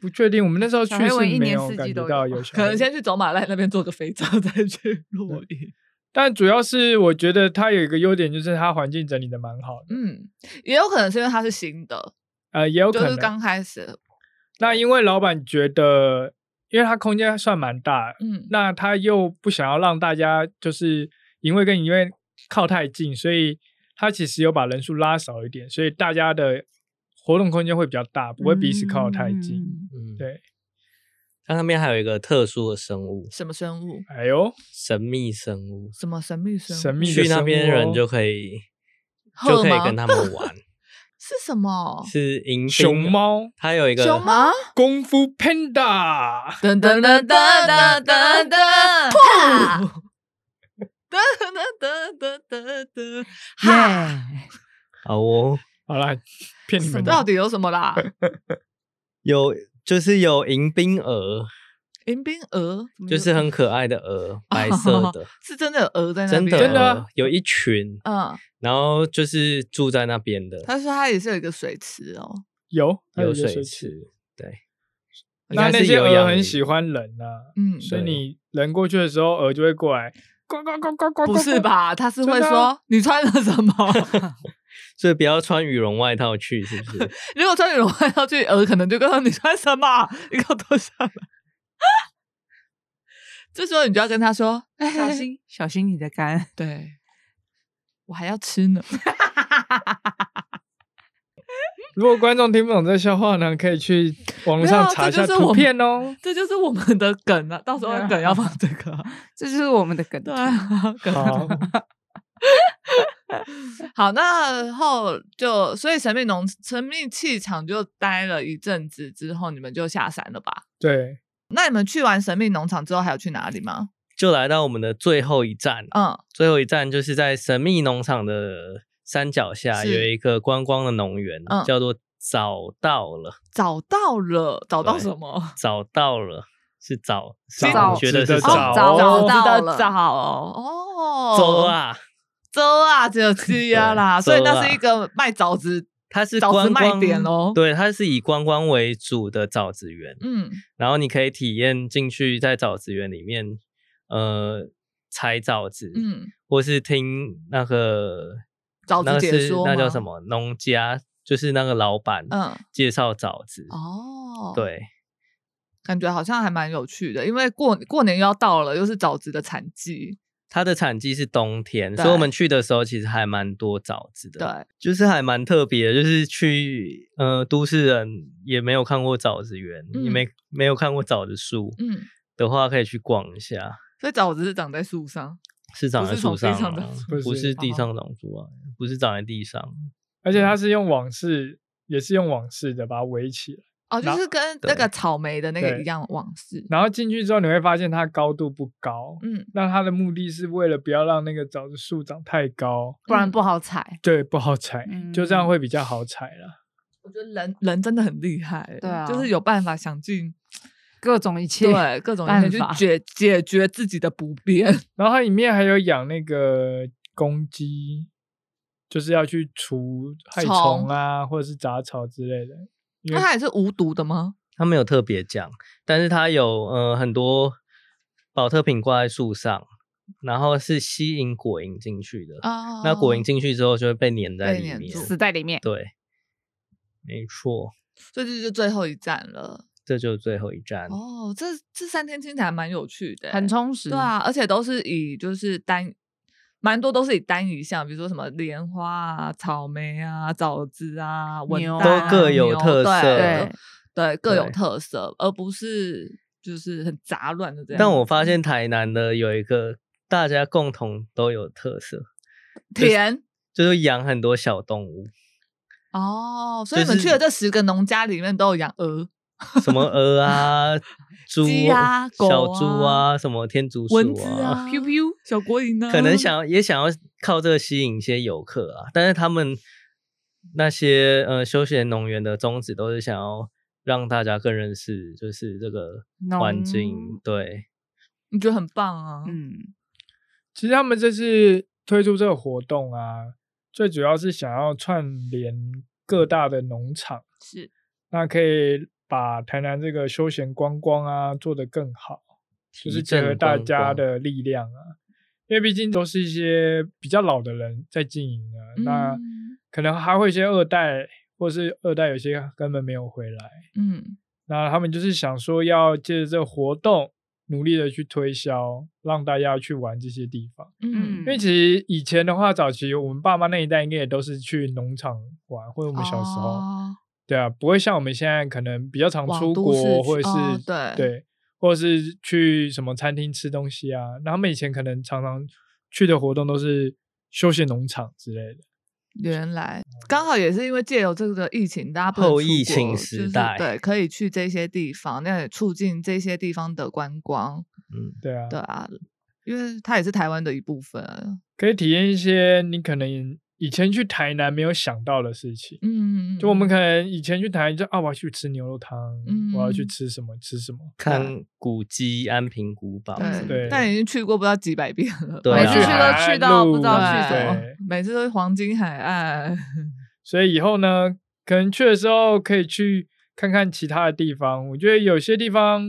Speaker 2: 不确定，我们那时候去
Speaker 4: 小黑蚊
Speaker 2: 是
Speaker 4: 一
Speaker 2: 没
Speaker 4: 年
Speaker 2: 有
Speaker 4: 四
Speaker 2: 感
Speaker 4: 季
Speaker 2: 觉
Speaker 4: 都
Speaker 2: 到
Speaker 4: 有
Speaker 2: 有小黑
Speaker 1: 可能
Speaker 2: 蚊
Speaker 1: 先去走马濑那边做个肥皂， 再去露营。
Speaker 2: 但主要是我觉得它有一个优点，就是它环境整理的蛮好的，
Speaker 1: 嗯，也有可能是因为它是新的，
Speaker 2: 呃，也有可
Speaker 1: 就是
Speaker 2: 能。
Speaker 1: 刚开始。
Speaker 2: 那因为老板觉得，因为它空间算蛮大的，
Speaker 1: 嗯，
Speaker 2: 那他又不想要让大家就是营位跟营位靠太近，所以他其实有把人数拉少一点，所以大家的活动空间会比较大，不会彼此靠太近。
Speaker 4: 嗯
Speaker 3: 嗯，
Speaker 2: 对。
Speaker 3: 它那边还有一个特殊的生物，
Speaker 1: 什么生物？
Speaker 2: 哎呦，
Speaker 3: 神秘生物，
Speaker 1: 什么神秘生物？
Speaker 2: 神秘的
Speaker 3: 去那边的
Speaker 2: 生物
Speaker 3: 人
Speaker 2: 哦
Speaker 3: 就可以
Speaker 1: 鹤
Speaker 3: 就可以
Speaker 1: 吗
Speaker 3: 跟他 们玩，
Speaker 1: 是什么？
Speaker 3: 是迎宾
Speaker 2: 熊
Speaker 3: 的，
Speaker 2: 猫
Speaker 3: 它有一个
Speaker 1: 熊猫？
Speaker 2: 功夫 Panda，
Speaker 1: 噔噔噔噔噔噔噔，
Speaker 4: 啪
Speaker 1: 噔噔噔噔噔， 哈！
Speaker 4: 耶！
Speaker 3: 好哦，
Speaker 2: 好啦，骗你
Speaker 1: 什
Speaker 2: 们
Speaker 1: 么到
Speaker 2: 的，
Speaker 1: 底有什么 啦？
Speaker 3: 有就是有迎宾鹅，
Speaker 1: 迎宾鹅怎么
Speaker 3: 就
Speaker 1: 有，
Speaker 3: 是很可爱的鹅，白色的
Speaker 1: 是真的有鹅在那
Speaker 3: 真的
Speaker 1: 边，
Speaker 2: 真的啊
Speaker 3: 鹅有一群，
Speaker 1: 嗯，
Speaker 3: 然后就是住在那边的，
Speaker 1: 他说他也是有一个水池哦，
Speaker 2: 有它
Speaker 3: 有
Speaker 2: 一个
Speaker 3: 水
Speaker 2: 池。
Speaker 3: 池，对。应
Speaker 2: 那
Speaker 3: 该
Speaker 2: 那
Speaker 3: 是
Speaker 2: 些
Speaker 3: 有
Speaker 2: 鹅
Speaker 3: 养
Speaker 2: 很
Speaker 3: 鱼
Speaker 2: 喜欢人啊，
Speaker 1: 嗯，
Speaker 2: 所以
Speaker 3: 对
Speaker 2: 你人过去的时候，鹅就会过来，呱呱呱呱呱。
Speaker 1: 不是？吧？他是会
Speaker 2: 真的啊
Speaker 1: 说你穿了什 么？
Speaker 3: 所以不要穿羽绒外套去，是不 是？
Speaker 1: 如果穿羽绒外套去，鹅可能就跟他说你穿什 么，你给我脱下来。这时候你就要跟他说，哎，
Speaker 4: 小心，小心你的肝。
Speaker 1: 对，我还要吃呢。
Speaker 2: 如果观众听不懂这笑话呢，可以去网
Speaker 1: 没
Speaker 2: 络
Speaker 1: 有
Speaker 2: 上
Speaker 1: 啊
Speaker 2: 查一
Speaker 1: 这
Speaker 2: 下
Speaker 1: 就是我们
Speaker 2: 图 片哦。
Speaker 1: 这就是我们的梗啊，到时候
Speaker 4: 对啊
Speaker 1: 梗要放这个 啊、
Speaker 4: 这就是我们的梗图。
Speaker 1: 对啊，梗。
Speaker 2: 好，
Speaker 1: 好，那后就所以神秘农神秘气场就待了一阵子之后，你们就下山了吧？
Speaker 2: 对，
Speaker 1: 那你们去完神秘农场之后，还有去哪里吗？
Speaker 3: 就来到我们的最后一站，
Speaker 1: 嗯，
Speaker 3: 最后一站就是在神秘农场的山脚下
Speaker 1: 是
Speaker 3: 有一个观光的农园，
Speaker 1: 嗯
Speaker 3: 叫做找到了，
Speaker 1: 找到了，找到
Speaker 3: 对
Speaker 1: 什么？
Speaker 3: 找到了是找，是
Speaker 1: 找
Speaker 3: 我觉得
Speaker 2: 值
Speaker 3: 是
Speaker 2: 得
Speaker 3: 找
Speaker 2: 找
Speaker 1: 哦
Speaker 4: 找
Speaker 1: 我知
Speaker 4: 到
Speaker 1: 道
Speaker 4: 了
Speaker 1: 找哦，
Speaker 3: 走，啊，
Speaker 1: 走啊，只有鸡鸭啦，
Speaker 3: 对
Speaker 1: 所以那
Speaker 3: 走啊
Speaker 1: 是一个卖枣子，
Speaker 3: 它是
Speaker 1: 枣子
Speaker 3: 观
Speaker 1: 卖
Speaker 3: 光
Speaker 1: 点喽。，
Speaker 3: 对，它是以观光为主的枣子园，
Speaker 1: 嗯，
Speaker 3: 然后你可以体验进去在枣子园里面，呃，采枣子，
Speaker 1: 嗯，
Speaker 3: 或是听那个
Speaker 1: 枣子
Speaker 3: 那
Speaker 1: 解
Speaker 3: 是
Speaker 1: 说
Speaker 3: 那
Speaker 1: 吗
Speaker 3: 叫什么农家，就是那个老板，
Speaker 1: 嗯
Speaker 3: 介绍枣子，
Speaker 1: 哦，，
Speaker 3: 对，
Speaker 1: 感觉好像还蛮有趣的，因为过过年又要到了，又是枣子的产季，
Speaker 3: 它的产季是冬天，
Speaker 1: 对
Speaker 3: 所以我们去的时候其实还蛮多枣子的。
Speaker 1: 对，
Speaker 3: 就是还蛮特别的，就是去呃都市人也没有看过枣子园，
Speaker 1: 嗯
Speaker 3: 也没没有看过枣子树、
Speaker 1: 嗯，
Speaker 3: 的话，可以去逛一下。
Speaker 1: 所以枣子是长在树上，
Speaker 3: 是长
Speaker 1: 不
Speaker 3: 在
Speaker 1: 是
Speaker 3: 树
Speaker 1: 从地
Speaker 3: 上啊、
Speaker 1: 上长
Speaker 2: 出来
Speaker 3: 不
Speaker 2: 不
Speaker 3: 是
Speaker 2: 是
Speaker 3: 地
Speaker 1: 哦
Speaker 3: 上长出啊，不是长在地上。
Speaker 2: 而
Speaker 1: 嗯
Speaker 2: 且它是用网式，也是用网式的把它围起来，
Speaker 1: 哦，就
Speaker 2: 那
Speaker 1: 是跟那
Speaker 3: 对
Speaker 1: 个草莓的那个
Speaker 2: 对
Speaker 1: 一样往事，
Speaker 2: 然后进去之后你会发现它高度不高，
Speaker 1: 嗯，
Speaker 2: 那它的目的是为了不要让那个枣子树长太高，
Speaker 4: 不
Speaker 1: 嗯
Speaker 4: 然不好采。
Speaker 2: 对，不好采，就这样
Speaker 4: 嗯
Speaker 2: 会比较好采啦。
Speaker 1: 我觉得人人真的很厉害，
Speaker 4: 对啊
Speaker 1: 就是有办法想 尽
Speaker 4: 各种一切，
Speaker 1: 对各种
Speaker 4: 办
Speaker 1: 去
Speaker 4: 法
Speaker 1: 解解决自己的不便，
Speaker 2: 然后它里面还有养那个公鸡，就是要去除害虫啊，或者是杂草之类的。因
Speaker 1: 那
Speaker 2: 为
Speaker 1: 它也是无毒的吗？
Speaker 3: 它没有特别讲，但是它有呃很多保特瓶挂在树上，然后是吸引果蝇进去的。
Speaker 4: 哦
Speaker 1: 啊
Speaker 3: 那果蝇进去之后就会被粘在
Speaker 1: 被
Speaker 3: 里
Speaker 1: 粘
Speaker 3: 面
Speaker 1: 住。
Speaker 4: 死在里面。
Speaker 3: 对，没错，
Speaker 1: 所以这就是最后一站了。
Speaker 3: 这就是最后一站。
Speaker 1: 哦，这这三天听起来蛮有趣的欸，
Speaker 4: 很充实，
Speaker 1: 对啊，而且都是以就是单，蛮多都是以单一项，比如说什么莲花啊、草莓啊、枣子啊、文
Speaker 4: 牛
Speaker 1: 旦啊
Speaker 4: 都各
Speaker 3: 有
Speaker 1: 牛
Speaker 3: 特
Speaker 1: 对
Speaker 3: 色
Speaker 1: 对
Speaker 4: 对，
Speaker 1: 对各有
Speaker 3: 对
Speaker 1: 特色，而不是就是很杂乱的这样子。
Speaker 3: 但我发现台南的有一个大家共同都有特色，
Speaker 1: 甜
Speaker 3: 就是养很多小动物，
Speaker 1: 哦，所以
Speaker 3: 就
Speaker 1: 你们去的
Speaker 3: 是
Speaker 1: 这十个农家里面都有养鹅、
Speaker 3: 什么鹅 啊、猪
Speaker 1: 鸡啊狗
Speaker 3: 小猪
Speaker 1: 啊
Speaker 3: 啊、什么天竺
Speaker 1: 蚊
Speaker 3: 鼠
Speaker 1: 子啊、
Speaker 4: ，pew pew
Speaker 1: 小果蝇啊，
Speaker 3: 可能想要也想要靠这个吸引一些游客啊，但是他们那些呃休闲农园的宗旨都是想要让大家更认识，就是这个环境
Speaker 4: 农，
Speaker 3: 对，
Speaker 1: 你觉得很棒啊？
Speaker 4: 嗯，
Speaker 2: 其实他们这次推出这个活动啊，最主要是想要串联各大的农场，
Speaker 4: 是
Speaker 2: 那可以把台南这个休闲观光啊做得更好，就是
Speaker 3: 提
Speaker 2: 结合
Speaker 3: 振
Speaker 2: 大
Speaker 3: 观
Speaker 2: 家
Speaker 3: 光
Speaker 2: 的力量啊。因为毕竟都是一些比较老的人在经营啊，那
Speaker 1: 嗯
Speaker 2: 可能还会有一些二代，或是二代有些根本没有回来，
Speaker 1: 嗯，
Speaker 2: 那他们就是想说要借着这个活动，努力的去推销，让大家去玩这些地方。
Speaker 1: 嗯
Speaker 2: 因为其实以前的话，早期我们爸妈那一代应该也都是去农场玩，或者我们小时候，
Speaker 1: 哦
Speaker 2: 对啊，不会像我们现在可能比较常
Speaker 1: 往
Speaker 2: 出
Speaker 1: 都市
Speaker 2: 国，
Speaker 1: 去
Speaker 2: 或者是、
Speaker 1: 哦对
Speaker 2: 对，或者是去什么餐厅吃东西啊。那他们以前可能常常去的活动都是休闲农场之类的。
Speaker 1: 原来刚好也是因为借由这个疫情，大家不能
Speaker 3: 后
Speaker 1: 出
Speaker 3: 疫情
Speaker 1: 国
Speaker 3: 时
Speaker 1: 就是
Speaker 3: 代
Speaker 1: 对，可以去这些地方，那也促进这些地方的观光，
Speaker 3: 嗯，
Speaker 2: 对啊，
Speaker 1: 对啊，因为它也是台湾的一部分啊，
Speaker 2: 可以体验一些你可能以前去台南没有想到的事情。
Speaker 1: 嗯，
Speaker 2: 就我们可能以前去台南就啊，我要去吃牛肉汤，我要去
Speaker 1: 嗯
Speaker 2: 吃什么吃什么。
Speaker 3: 看古迹、安平古堡什
Speaker 1: 嗯对
Speaker 3: 么的，
Speaker 2: 对
Speaker 1: 但已经去过不知道几百遍了，
Speaker 3: 对
Speaker 4: 每
Speaker 3: 啊
Speaker 4: 次去
Speaker 2: 海
Speaker 4: 都
Speaker 2: 岸
Speaker 4: 去到
Speaker 2: 路
Speaker 4: 不知道去什么，
Speaker 2: 对
Speaker 1: 每次都是黄金海岸，
Speaker 2: 所以以后呢，可能去的时候可以去看看其他的地方。我觉得有些地方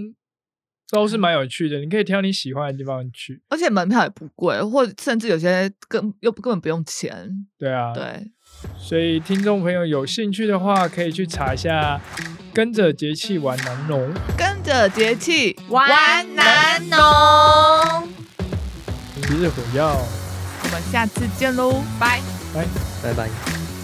Speaker 2: 都是蛮有趣的，你可以挑你喜欢的地方去。
Speaker 1: 而且门票也不贵，或甚至有些根又根本不用钱，
Speaker 2: 对啊，
Speaker 3: 嗯
Speaker 1: 对，
Speaker 2: 所以听众朋友有兴趣的话，可以去查一下“跟着节气玩南农”。
Speaker 1: 跟着节气
Speaker 4: 玩
Speaker 1: 南农，
Speaker 2: 一日火药。
Speaker 1: 我们下次见喽，拜。
Speaker 3: 拜拜。